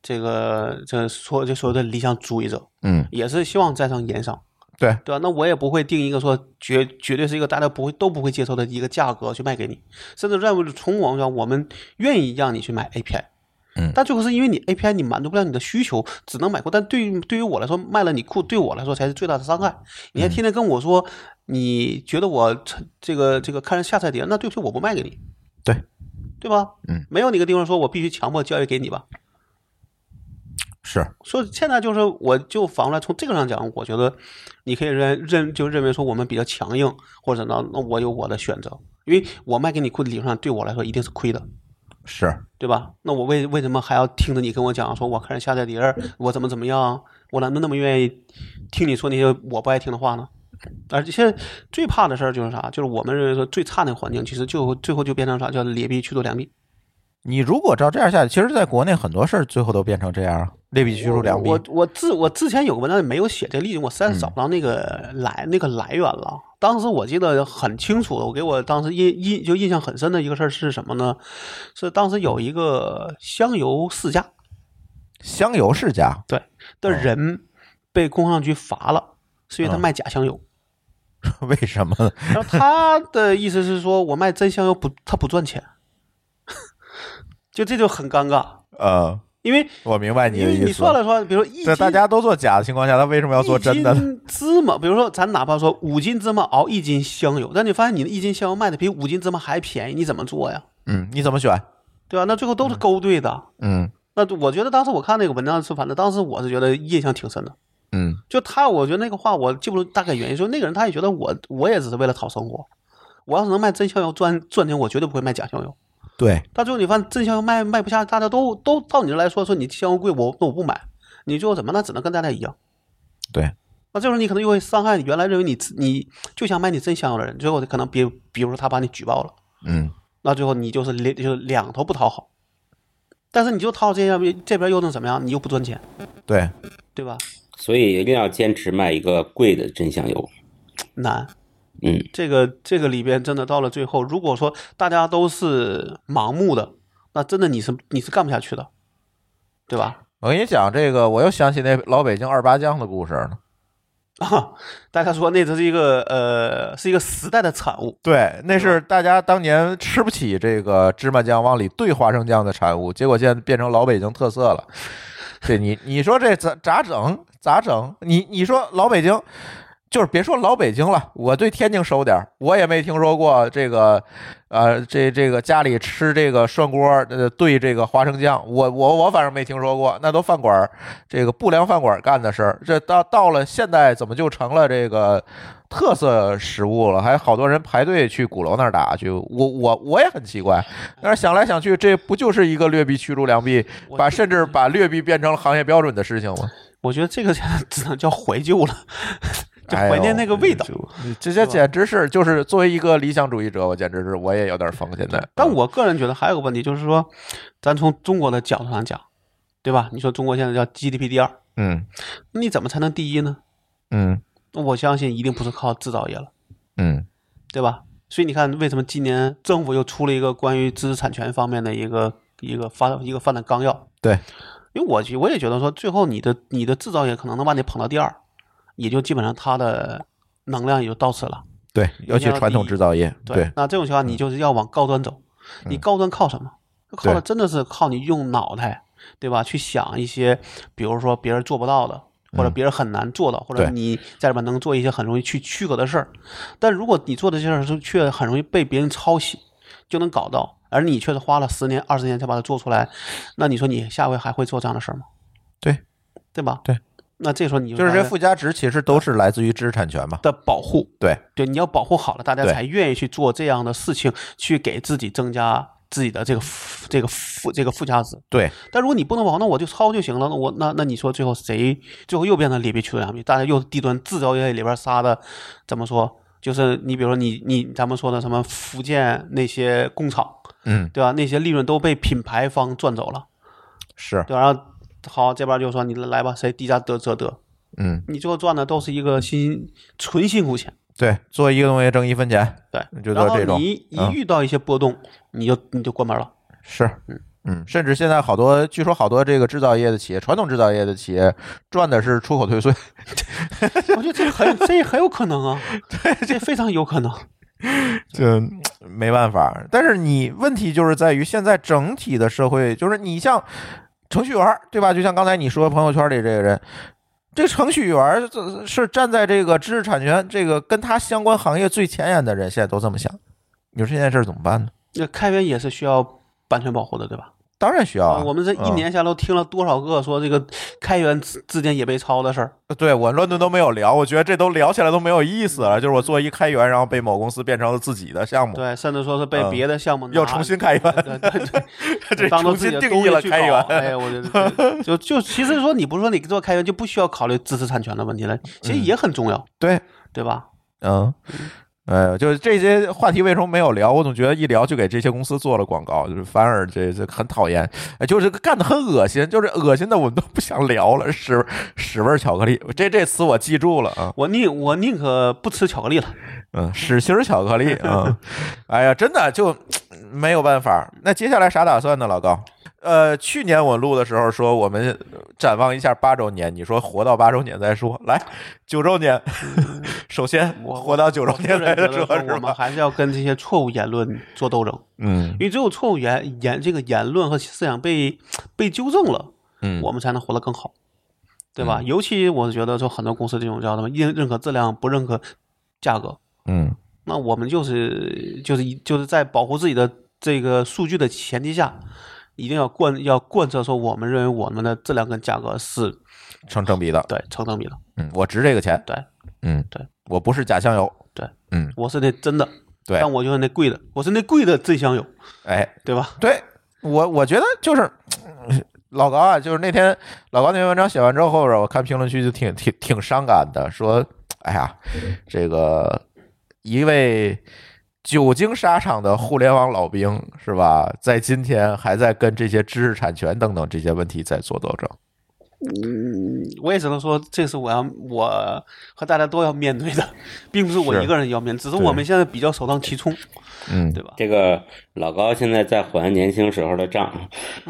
这个这说这所谓的理想主义者，
嗯，
也是希望在上言上。
对
对吧？那我也不会定一个说绝绝对是一个大家不会都不会接受的一个价格去卖给你，甚至认为从网上我们愿意让你去买 API，
嗯
但最后是因为你 API 你满足不了你的需求，只能买库。但对于对于我来说，卖了你库对我来说才是最大的伤害。你
嗯
还天天跟我说你觉得我这个这个看人下菜碟，那对不起，我不卖给你，
对
对吧？
嗯，
没有哪个地方说我必须强迫交易给你吧？
是，
所以现在就是，我就反过来从这个上讲，我觉得你可以认认就认为说我们比较强硬，或者呢，那我有我的选择，因为我卖给你亏的理论上对我来说一定是亏的，
是，
对吧？那我为为什么还要听着你跟我讲说我看人下载碟儿，我怎么怎么样？我难道那么愿意听你说那些我不爱听的话呢？而且最怕的事儿就是啥？就是我们认为说最差那个环境，其实就最后就变成啥叫劣币驱逐良币。
你如果照这样下去，其实在国内很多事儿最后都变成这样啊，劣币驱逐良币嗯
我。我之我之前有个文章没有写这个例子，我实在是找不到那个来、那个来源了。当时我记得很清楚的，我给我当时印印就印象很深的一个事儿是什么呢？是当时有一个香油世家
香油世家，
对
哦
的人被工商局罚了，是因为他
嗯
卖假香油。
为什么呢？
然后他的意思是说，我卖真香油不，他不赚钱， 就这就很尴尬，
呃，
因为
我明白你
因
的
为
意
你
思
算。了算，比如说一
在大
斤
家都做假的情况下，他为什么要做真的
一
呢？
斤芝麻，比如说咱哪怕说五斤芝麻熬一斤香油，但你发现你的一斤香油卖的比五斤芝麻还便宜，你怎么做呀？
嗯，你怎么选？
对吧？那最后都是勾兑的。
嗯
那我觉得当时我看那个文章是，反正当时我是觉得印象挺深的。
嗯，
就他，我觉得那个话我记不住大概原因，就那个人他也觉得我我也只是为了讨生活。我要是能卖真香油赚赚钱，我绝对不会卖假香油。
对，
但最后你发现真香油卖卖不下，大家都都到你这来说说你香油贵，我那我不买，你最后怎么那只能跟大家一样。
对，
那这时候你可能又会伤害你原来认为你自你就想买你真香油的人，最后可能比比如说他把你举报了，
嗯，
那最后你就是两就是两头不讨好，但是你就讨好这边这边又能怎么样？你又不赚钱，
对，
对吧？
所以一定要坚持卖一个贵的真香油。
难，
嗯，
这个这个里边真的到了最后，如果说大家都是盲目的，那真的你是你是干不下去的，对吧？
我跟你讲这个，我又想起那老北京二八酱的故事了。
啊，大家说那只是一个呃是一个时代的产物，
对，那是大家当年吃不起这个芝麻酱，往里兑花生酱的产物，结果现在变成老北京特色了。对你，你说这咋咋整？咋整？你你说老北京，就是别说老北京了，我对天津熟点儿，我也没听说过这个，呃，这这个家里吃这个涮锅，呃，兑这个花生酱，我我我反正没听说过，那都饭馆儿这个不良饭馆儿干的事儿。这到到了现代，怎么就成了这个特色食物了？还有好多人排队去鼓楼那儿打去，我我我也很奇怪。但是想来想去，这不就是一个劣币驱逐良币，
我
把甚至把劣币变成了行业标准的事情吗？
我觉得这个现在只能叫怀旧了， 就
哎
怀念那个味道。
这这简直是，就是作为一个理想主义者，我简直是我也有点疯。现在，
但我个人觉得还有个问题，就是说，咱从中国的角度上讲，对吧？你说中国现在叫 GDP 第二，
嗯
你怎么才能第一呢？
嗯
我相信一定不是靠制造业了，
嗯
对吧？所以你看，为什么今年政府又出了一个关于知识产权方面的一个一个发一个发展纲要？
对，
因为我觉我也觉得说，最后你的你的制造业可能能把你捧到第二，也就基本上它的能量也就到此了。
对，尤其传统制造业，
对，那这种情况
嗯
你就是要往高端走，你高端靠什么？靠的真的是靠你用脑袋，对吧？去想一些，比如说别人做不到的，或者别人很难做到，或者
嗯对
你在里面能做一些很容易去区隔的事儿。但如果你做的这些事儿是却很容易被别人抄袭，就能搞到，而你却是花了十年、二十年才把它做出来，那你说你下回还会做这样的事儿吗？
对，
对吧？
对，
那这时候你
就是这
大家
附加值其实都是来自于知识产权嘛。
的保护，
对，
对，你要保护好了，大家
对
才愿意去做这样的事情，去给自己增加自己的这个附这个附这个附加值。
对，
但如果你不能保护，那我就抄就行了。那我那那你说最后谁最后又变成劣币驱逐良币？大家又低端制造业里边杀的，怎么说？就是你比如说你你咱们说的什么福建那些工厂，
嗯，
对吧？那些利润都被品牌方赚走了，
是，
对吧？然后好这边就说你来吧，谁低价得则得，
嗯，
你最后赚的都是一个辛纯辛苦钱。
对，做一个东西挣一分钱，
对，
就
然
到
后
这种
你一
嗯
遇到一些波动，你就你就关门了。
是，嗯，甚至现在好多，据说好多这个制造业的企业，传统制造业的企业赚的是出口退税，
我觉得这很这很有可能 啊，对，这非常有可能。
这没办法。但是你问题就是在于现在整体的社会，就是你像程序员儿，对吧？就像刚才你说朋友圈里这个人。这程序员儿这是站在这个知识产权这个跟他相关行业最前沿的人，现在都这么想。你说这件事儿怎么办呢？
那开源也是需要版权保护的，对吧？
当然需要啊。
我们这一
嗯
年下来都听了多少个说这个开源之之间也被抄的事儿，
呃对我乱炖都没有聊，我觉得这都聊起来都没有意思了。就是我做一开源，然后被某公司变成了自己的项目，
对，甚至说是被
嗯
别的项目拿
要重。新开源，
对对对，
这
当做
重
自己
新
的
定
东
义
西
了
去
开
搞哎，
源。
我觉得 对就就其实说你不是说你做开源就不需要考虑知识产权的问题了，其
嗯
实也很重要，
对，
对吧？
嗯，哎，就是这些话题为什么没有聊？我总觉得一聊就给这些公司做了广告，就是反而这这很讨厌，哎就是干的很恶心，就是恶心的我们都不想聊了。屎屎味儿巧克力，这这词我记住了啊。
我宁我宁可不吃巧克力了，
嗯，屎心儿巧克力 啊、嗯哎呀，真的就没有办法。那接下来啥打算呢，老高？呃，去年我录的时候说我们展望一下八周年，你说活到八周年再说。来，九周年，首先
嗯我
活到九周
我
年
个
再
人觉
说
得说，
是
我们
吧？
还是要跟这些错误言论做斗争，
嗯
因为只有错误言言这个言论和思想被被纠正了，
嗯
我们才能活得更好，对吧？尤其我觉得说很多公司这种叫什么认认可质量，不认可价格，
嗯，
那我们就是就是一就是在保护自己的这个数据的前提下，一定要贯要贯彻说我们认为我们的质量跟价格是
成正比的。
对成正比的，
嗯，我值这个钱。
对
嗯，
对，
我不是假香油。嗯
我是那真的，
对
但我就是那贵的，我是那贵的真香油，
哎，
对吧？
对我，我觉得就是嗯老高啊，就是那天老高那篇文章写完之后，我看评论区就挺挺挺伤感的，说，哎呀，这个一位久经沙场的互联网老兵是吧，在今天还在跟这些知识产权等等这些问题在做斗争。
我也只能说，这是我要我和大家都要面对的，并不是我
是
一个人要面，只是
对
我们现在比较首当其冲，
嗯，
对吧？
这个老高现在在还年轻时候的账，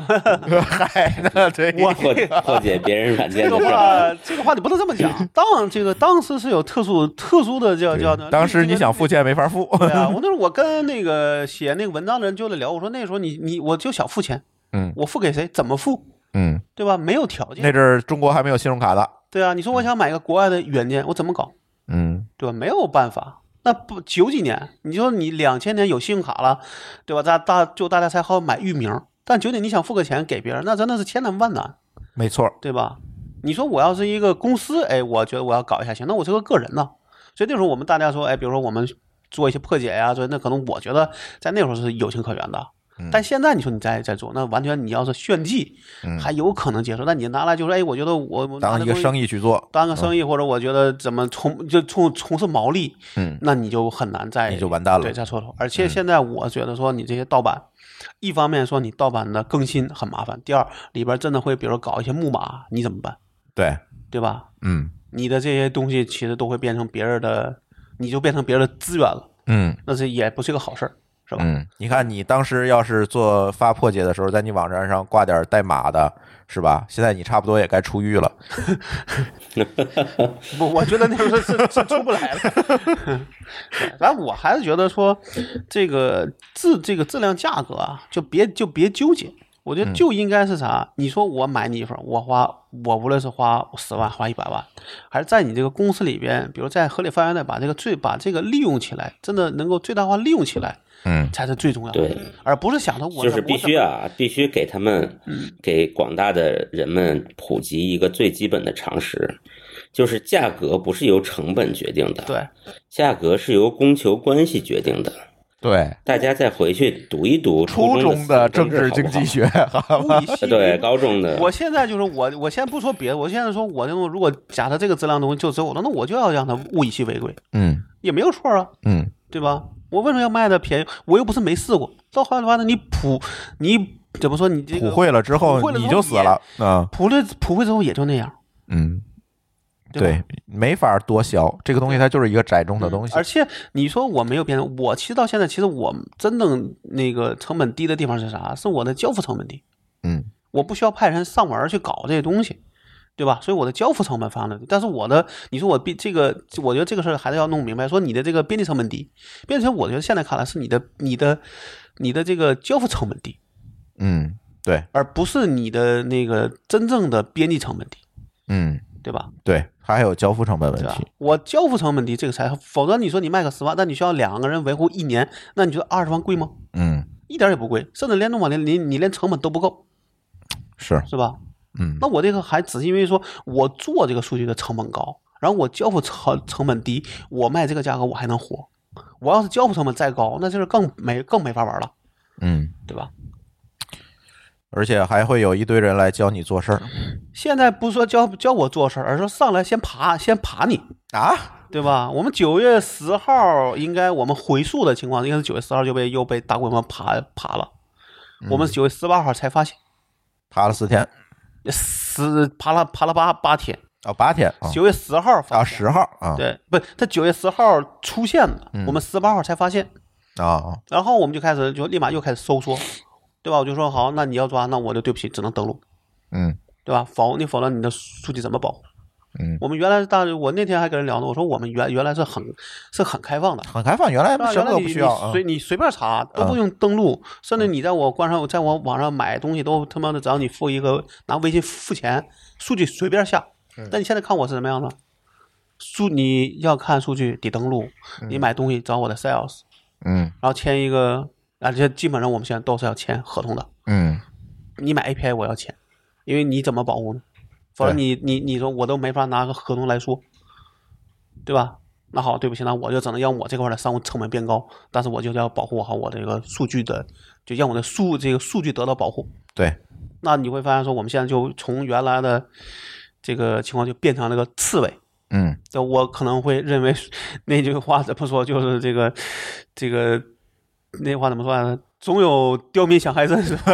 嗨，那对，
我
破解破解别人软件
这
的
个
账。
话，这个话你不能这么讲。当这个当时是有特殊特殊的叫叫
对当时你想付钱没法付，
对啊，我那时候我跟那个写那个文章的人就在聊，我说那时候你你我就想付钱，
嗯
我付给谁，怎么付，
嗯，
对吧？没有条
那嗯
件，
阵儿中国还没有信用卡的，
对啊。你说我想买个国外的软件，我怎么搞，
嗯，
对吧？没有办法。那不九几年，你说你两千年有信用卡了，对吧？大大就大家才好买域名，但九几你想付个钱给别人，那真的是千难万难，
没错儿，
对吧？你说我要是一个公司，哎，我觉得我要搞一下行，那我是个个人呢。所以那时候我们大家说，哎，比如说我们做一些破解呀、所以那可能我觉得在那时候是有情可原的。
嗯
但现在你说你再再做，那完全你要是炫技，还有可能接受。那你拿来就是，哎，我觉得我我拿
嗯当
这
一个
东西
生意去做，
当个生意，或者我觉得怎么从就从从事毛利，
嗯，
那你就很难再
你就完蛋了嗯
对，再出头。而且现在我觉得说你这些盗版，一方面说你盗版的更新很麻烦，第二里边真的会比如搞一些木马，你怎么办？
对，
对吧？
嗯
你的这些东西其实都会变成别人的，你就变成别人的资源了，
嗯，
那是也不是一个好事儿。是吧？
嗯，你看你当时要是做发破解的时候，在你网站上挂点代码的，是吧？现在你差不多也该出狱了。
不，我觉得那时候是是是出不来 了。反正我还是觉得说，这个质这个质量价格啊，就别就别纠结。我
嗯
觉得就应该是啥？你说我买你一份儿，我花我无论是花十万、花一百万，还是在你这个公司里边，比如在合理范围内把这个最把这个利用起来，真的能够最大化利用起来，
嗯
才是最重要的
对，
而不是想着我
就是
怎么
必须啊，必须给他们，
嗯
给广大的人们普及一个最基本的常识，就是价格不是由成本决定的，
对
价格是由供求关系决定的。
对，
大家再回去读一读
初
中
中的
的
政治经济学，好吧？
物以稀为
对高中的，
我现在就是我，我先不说别的，我现在说我那种如果假设这个质量东西就只有我的，那我就要让它物以稀为贵，
嗯
也没有错啊，
嗯，
对吧？我为什么要卖的便宜？我又不是没试过。到后来的话呢，你普你怎么说？你这
普
个
惠了之后
普惠了之后
你就死了，嗯
普了普惠之后也就那样，
嗯，
对吧
对，没法多销，这个东西它就是一个窄中的东西
而，且你说我没有变，我其实到现在，其实我真正那个成本低的地方是啥？是我的交付成本低，
嗯
我不需要派人上门儿去搞这些东西，对吧？所以我的交付成本放的低，但是我的你说我变这个，我觉得这个事儿还是要弄明白，说你的这个边际成本低，变成我觉得现在看来是你的你的你的这个交付成本低，
嗯，对，
而不是你的那个真正的边际成本低，
嗯
对吧？
对，还有交付成本问
对啊吧
题，？
我交付成本低，这个才，否则你说你卖个十万，但你需要两个人维护一年，那你觉得二十万贵吗？
嗯
一点儿也不贵，甚至连弄网连你你连成本都不够，
是，
是吧？
嗯
那我这个还只是因为说我做这个数据的成本高，然后我交付成成本低，我卖这个价格我还能活。我要是交付成本再高，那就是更没更没法玩了，
嗯，
对吧？
而且还会有一堆人来教你做事儿
现在不说教教我做事儿，而是说上来先爬先爬你，
啊，
对吧？我们九月十号应该我们回溯的情况，应该是九月十号就被又被大规模爬爬了，
嗯
我们九月十八号才发现，
爬了四天
十爬了爬了八八天，
啊，八天啊
九月十号发
啊，
现
十号啊
对，不，他九月十号出现的，
嗯
我们十八号才发现，
啊啊，
然后我们就开始就立马又开始收缩，对吧？我就说好，那你要抓，那我就对不起，只能登录，
嗯
对吧？否，你否则你的数据怎么保护？
嗯，
我们原来是大，我那天还跟人聊呢，我说我们原原来是很是很开放的，
很开放，原来
对吧？
什
原
么
来
都
你
不
你
需要啊
随，你随便查都不用登录，甚至你在我官上，在我网上买东西都他妈的只要你付一个拿微信付钱，数据随便下。
嗯
但你现在看我是什么样的？数你要看数据得登录，你买东西找我的 sales，
嗯
然后签一个，啊，这基本上我们现在都是要签合同的。
嗯
你买 API 我要签，因为你怎么保护呢？否则
对
你你你说我都没法拿个合同来说，对吧？那好，对不起，那我就只能让我这块儿的商务成本变高，但是我就要保护好我这个数据的，就让我的数这个数据得到保护。
对，
那你会发现说，我们现在就从原来的这个情况就变成了个刺猬。
嗯。
那我可能会认为那句话怎么说，就是这个这个那话怎么说来着？总有刁民想害朕，是吧？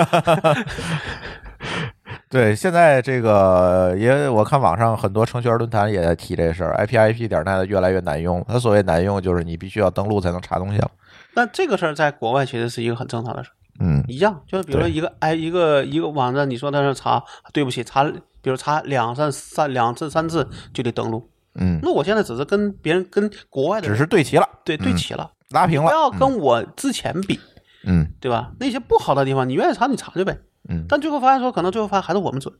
对，现在这个也我看网上很多程序员论坛也在提这事儿，IPIP 点 net 越来越难用。它所谓难用，就是你必须要登录才能查东西了。
那这个事儿在国外其实是一个很正常的事儿，
嗯
一样，就是比如说一个哎一个一个网站，你说在那查，对不起，查比如查两三三两次三次就得登录。
嗯，
那我现在只是跟别人跟国外的
只
人
是嗯对齐了，
对对齐了，
拉平
不
了。
要跟我之前比，
嗯
对吧？那些不好的地方，你愿意查你查去呗。
嗯，
但最后发现说，可能最后发现还是我们准，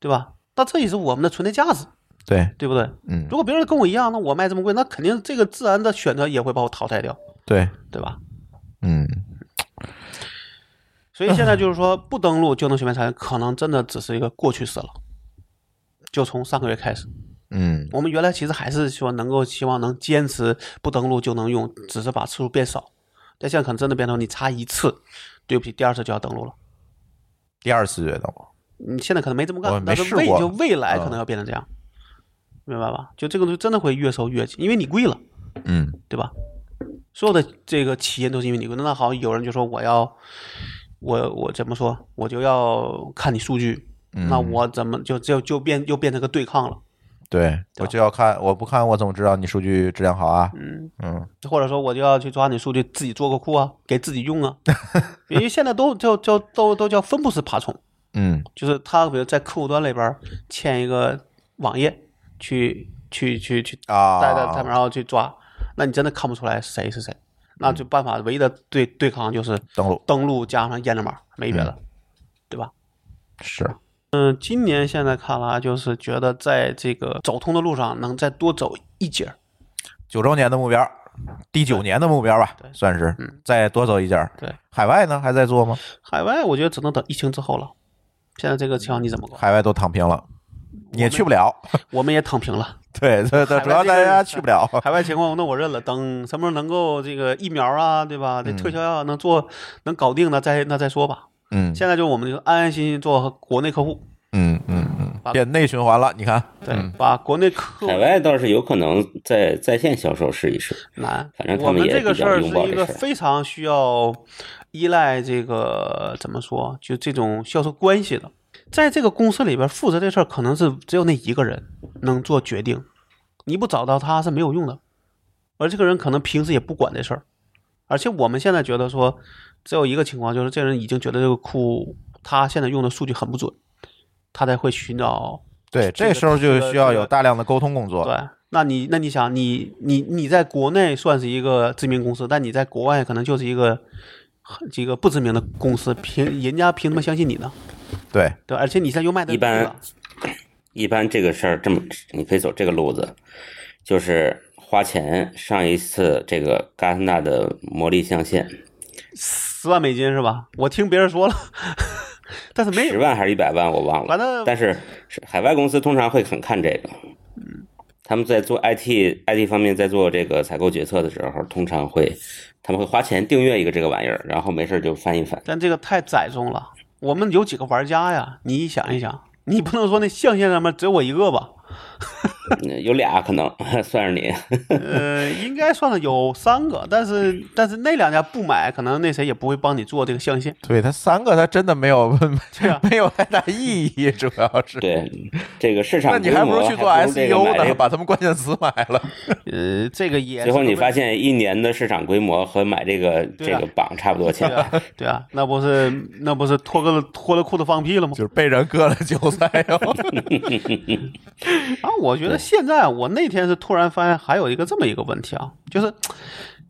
对吧？那这也是我们的存在价值，
对，
对不对？
嗯
如果别人跟我一样，那我卖这么贵，那肯定这个自然的选择也会把我淘汰掉，
对，
对吧？
嗯
所以现在就是说，不登录就能随便查询，可能真的只是一个过去式了。就从上个月开始，
嗯
我们原来其实还是说能够希望能坚持不登录就能用，只是把次数变少。但现在可能真的变成你查一次，对不起，第二次就要登录了。
第二次觉得我，
你现在可能没这么
我
干，
没
但
试
是未
过嗯
就未来可能要变成这样，明白吧？就这个东西真的会越收越紧，因为你贵了，
嗯
对吧？所有的这个起因都是因为你贵。那好，有人就说我要，我我怎么说，
嗯
我就要看你数据，那我怎么就就就变又变成个对抗了？
对
对
我
吧
就要看，我不看我怎么知道你数据质量好啊？
嗯，
嗯，
或者说我就要去抓你数据，自己做个库啊，给自己用啊，因为现在都叫叫都都叫分布式爬虫，
嗯
就是它比如在客户端那边儿嵌一个网页去去去去
啊，
带在他们，然后去抓，那你真的看不出来谁是谁。那就办法唯一的对对抗就是
登录
登录加上验证码，没别的。
是，
嗯，今年现在看来，就是觉得在这个走通的路上能再多走一截儿。
九周年的目标，第九年的目标吧，
对
算是
嗯
再多走一截儿。
对，
海外呢还在做吗？
海外我觉得只能等疫情之后了。现在这个情况你怎么搞？
海外都躺平了，你也去 不了。
我们也躺平了，
对，这这
海外
主要
这
大
个
家去不 了。
海外情况那我认了。等什么时候能够这个疫苗啊，对吧？这特效药能做能搞定那再那再说吧。
嗯
现在就我们就安安心心做国内客户，
嗯嗯嗯，变内循环了。你看，
对，把国内客户
海外倒是有可能在在线销售试一试，
难。
反正他
我
们
们
也
这个
比
事
较
儿
拥
是
抱
一
这
个
事儿
非常需要依赖这个怎么说，就这种销售关系的。在这个公司里边，负责这事儿可能是只有那一个人能做决定，你不找到他是没有用的。而这个人可能平时也不管这事儿，而且我们现在觉得说，只有一个情况，就是这人已经觉得这个库他现在用的数据很不准，他才会寻找
对，
这个
这时候就需要
这
有
个
大量的沟通工作。
对，那你那你想，你你你在国内算是一个知名公司，但你在国外可能就是一个这个不知名的公司，凭人家凭什么相信你呢？
对，
对，而且你现在又卖的
一般一般这个事儿这么，你可以走这个路子，就是花钱上一次这个戛纳的魔力象限，
十万美金是吧？我听别人说了， 但是
哎
没
十
有，
万还是一百万我忘
反
了，
正
但是是海外公司通常会很看这个。
嗯
他们在做 IT IT 方面，在做这个采购决策的时候，通常会他们会花钱订阅一个这个玩意儿，然后没事儿就翻一 翻。
但这个太窄众了。我们有几个玩家呀？你想一想，你不能说那象限上面只有我一个 吧？
嗯有俩可能 算是你，
呃，应该算是有三个，但是但是那两家不买，可能那谁也不会帮你做这个象限。
对他三个，他真的 没有
啊
没有太大意 义，主要是。
对这个市
那
场
你
规
还不
模
如
还
去做
啊
不如这个
SEO
买这
呢，
个
把他们关键词买了。
呃，这个也
最后
是个
你
问
发现一年的市场规模和买这个
对
这
啊
个榜差不多
对
钱，
啊，对啊，那不是那不是脱个脱了裤子放屁了吗？
就是被人割了韭菜 哟。
啊，我觉得现在我那天是突然发现还有一个这么一个问题啊，就是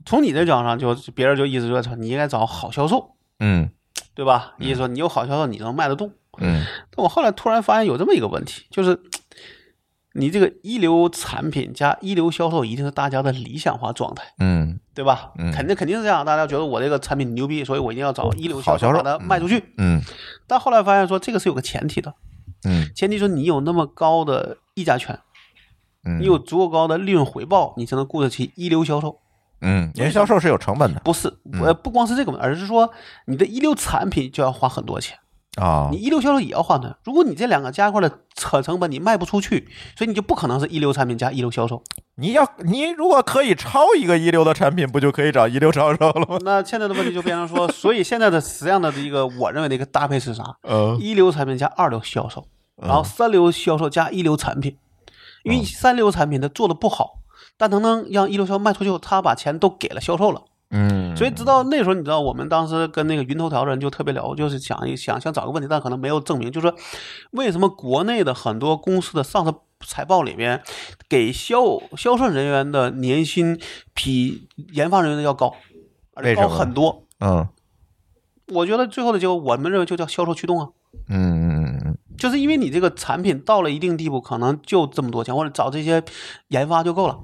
从你的角度上就，就别人就一直说操你应该找好销售，
嗯
对吧？意思说你有好销售，你能卖得动。
嗯
但我后来突然发现有这么一个问题，就是你这个一流产品加一流销售一定是大家的理想化状态。
嗯
对吧？
嗯
肯定肯定是这样，大家觉得我这个产品牛逼，所以我一定要找一流
好销
把
售
它卖出去。
嗯
但后来发现说这个是有个前提的，
嗯
前提说你有那么高的议价权，
嗯，
你有足够高的利润回报，你才能雇得起一流销售。
嗯，营销售是有成本的
不是，呃，不光是这个问题，而是说你的一流产品就要花很多钱，
啊
你。一流销售也要花的。如果你这两个加一块的扯成本，你卖不出去，所以你就不可能是一流产品加一流销售。
你要你如果可以超一个一流的产品，不就可以找一流销售了吗？
那现在的问题就变成说，所以现在的实际上的一个我认为的一个搭配是啥？
嗯
一流产品加二流销售，然后三流销售加一流产品，因
嗯
为三流产品它做的不好，但它能让一流销售卖出去后，他把钱都给了销售了。
嗯，
所以直到那时候，你知道我们当时跟那个云头条的人就特别聊，就是想一想想找个问题，但可能没有证明，就是说为什么国内的很多公司的上市财报里面给销销售人员的年薪比研发人员的要高，而且
为什
高
么
很多。
嗯
我觉得最后的结果，我们认为就叫销售驱动啊，
嗯嗯嗯
就是因为你这个产品到了一定地步，可能就这么多钱，或者找这些研发就够了，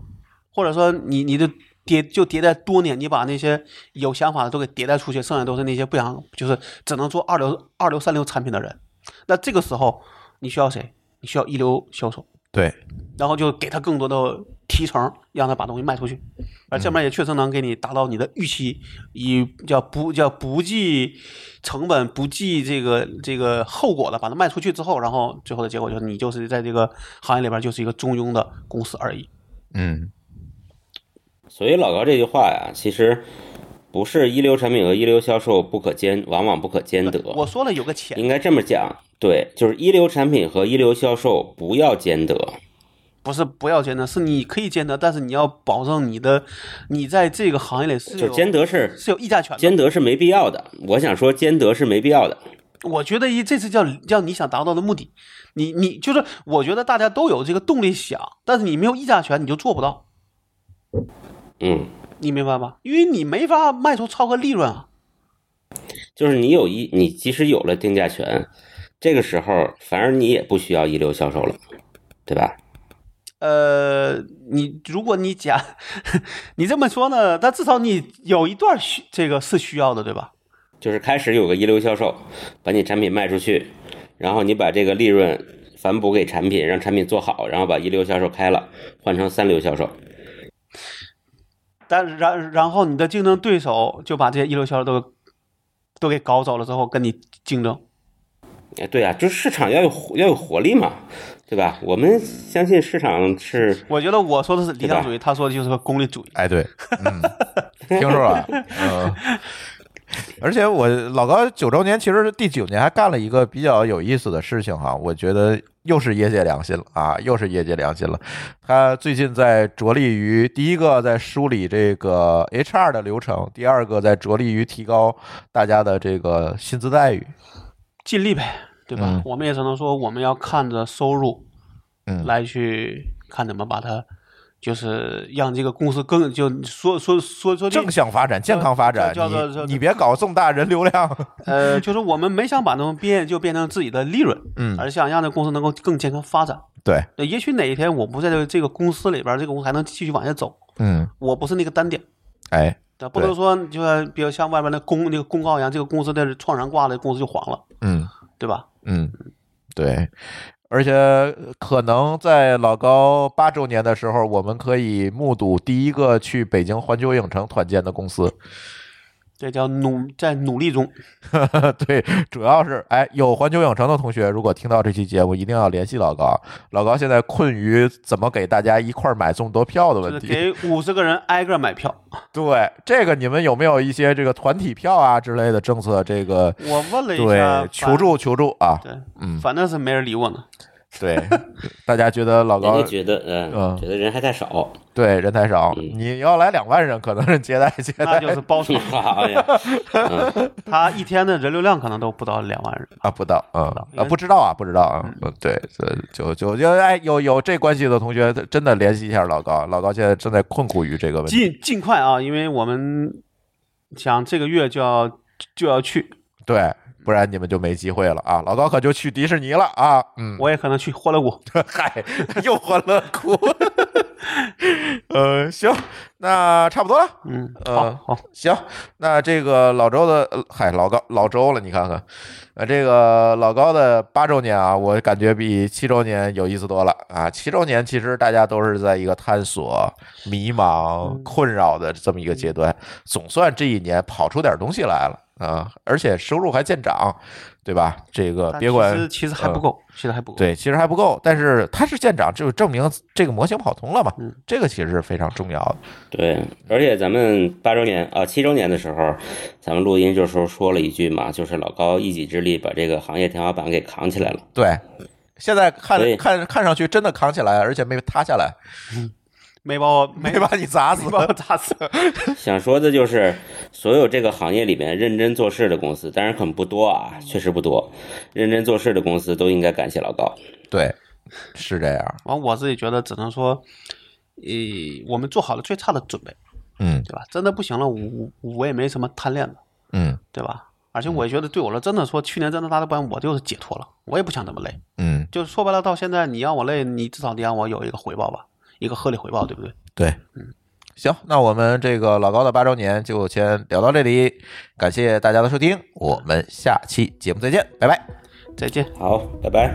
或者说你你的迭就迭代多年，你把那些有想法的都给迭代出去，剩下都是那些不想就是只能做二流、二流、三流产品的人。那这个时候你需要谁？你需要一流销售，
对，
然后就给他更多的提成，让他把东西卖出去，而
嗯
这边也确实能给你达到你的预期，以叫不叫不计成本、不计这个这个后果的把它卖出去之后，然后最后的结果就是你就是在这个行业里边就是一个中庸的公司而已。
嗯
所以老高这句话呀，其实不是一流产品和一流销售不可兼，往往不可兼得。
我说了有个前，
应该这么讲，对，就是一流产品和一流销售不要兼得，
不是不要兼得，是你可以兼得，但是你要保证你的你在这个行业里是
就
有
兼得是
是有议价权的。
兼得是没必要的。我想说兼得是没必要的。
我觉得一这是叫叫你想达到的目的，你你就是我觉得大家都有这个动力想，但是你没有议价权，你就做不到，
嗯，
你明白吗？因为你没法卖出超额利润啊。
就是你有一，你即使有了定价权，这个时候反而你也不需要一流销售了，对吧？
呃，你如果你假， 你这么说呢，但至少你有一段需这个是需要的，对吧？
就是开始有个一流销售，把你产品卖出去，然后你把这个利润反哺给产品，让产品做好，然后把一流销售开了，换成三流销售。
但然然后你的竞争对手就把这些一流销售都都给搞走了之后，跟你竞争。
哎，对啊，就是市场要有活要有活力嘛，对吧？我们相信市场是
我觉得我说的是理想主义，他说的就是个功利主义。
哎，对，嗯，听说 了，嗯。而且我老高九周年，其实第九年还干了一个比较有意思的事情哈，我觉得又是业界良心了啊，又是业界良心了。他最近在着力于第一个在梳理这个 HR 的流程，第二个在着力于提高大家的这个薪资待遇。
尽力呗，对吧？
嗯
我们也只能说我们要看着收入，
嗯
来去看怎么把它，就是让这个公司更就说说说说句
正向发展，健康发展，
叫叫叫
你你别搞这么大人流量。
呃，就是我们没想把那种变就变成自己的利润，
嗯
而想让这公司能够更健康发展。
对，
对，也许哪一天我不在这个这个公司里边，这个公司还能继续往下走，
嗯，
我不是那个单点。
哎，
对，不能说就是比如像外边的公那个公告一样，这个公司的创然挂了，公司就黄了，
嗯。
对吧？
嗯，对，而且可能在老高八周年的时候，我们可以目睹第一个去北京环球影城团建的公司。
这叫努在努力中。
对，主要是哎，有环球影城的同学，如果听到这期节目，一定要联系老高。老高现在困于怎么给大家一块儿买这么多票
就
的问
是
题。
给五十个人挨个买票。
对，这个你们有没有一些这个团体票啊之类的政策？这个
我问了一下
对，，求助求助啊！
反，对，
嗯
反正是没人理我呢。
对，大家觉 得老
人
高
家觉得，嗯、
嗯
觉得人还太少，
对，人太少，
嗯
你要来两万人，可能是接待接
那
待
就是包 场，
哎呀，嗯，
他一天的人流量可能都不到两万人。
啊，不到，嗯
因
啊，
为
不知道啊，不知道啊，嗯，对，这就就就哎，有有这关系的同学，真的联系一下老高，老高现在正在困苦于这个问题，
尽尽快啊，因为我们想这个月就要就要去，
对，不然你们就没机会了啊，老高可就去迪士尼了啊，嗯，
我也可能去欢乐 谷。
嗨，又欢乐谷， 呃，行，那差不多了，
嗯，
呃
好好，
行，那这个老周的，呃嗨，老高老周了，你看看，呃，这个老高的八周年啊，我感觉比七周年有意思多了啊。七周年其实大家都是在一个探索、迷
嗯
茫、困扰的这么一个阶段，总算这一年跑出点东西来了啊，而且收入还见涨，对吧？这个
但
别
其实
管。
其实还
嗯
不够，其实还不够。，
对，其实还不够，但是它是见涨，就证明这个模型跑通了嘛
嗯。
这个其实是非常重要的。
对，而且咱们八周年啊七周年的时候，咱们录音这时候说了一句嘛，就是老高一己之力把这个行业天花板给扛起来了。
对，现在看
所以
看看上去真的扛起来，而且没塌下来，
没把我没
没把你砸死
没。把我砸死。
想说的就是，所有这个行业里面认真做事的公司，当然很不多啊，确实不多。认真做事的公司都应该感谢老高。
对，是这样。
完，我自己觉得只能说，呃，我们做好了最差的准备，
嗯
对吧？真的不行了，我我也没什么贪恋了。
嗯
对吧？而且我也觉得对我来真的说，去年真的拉的班，我就是解脱了，我也不想这么累。
嗯，
就是说白了，到现在你让我累，你至少得让我有一个回报吧，一个合理回报，对不对？
对，行，那我们这个老高的八周年就先聊到这里，感谢大家的收听，我们下期节目再见，拜拜。
再见。
好，拜拜。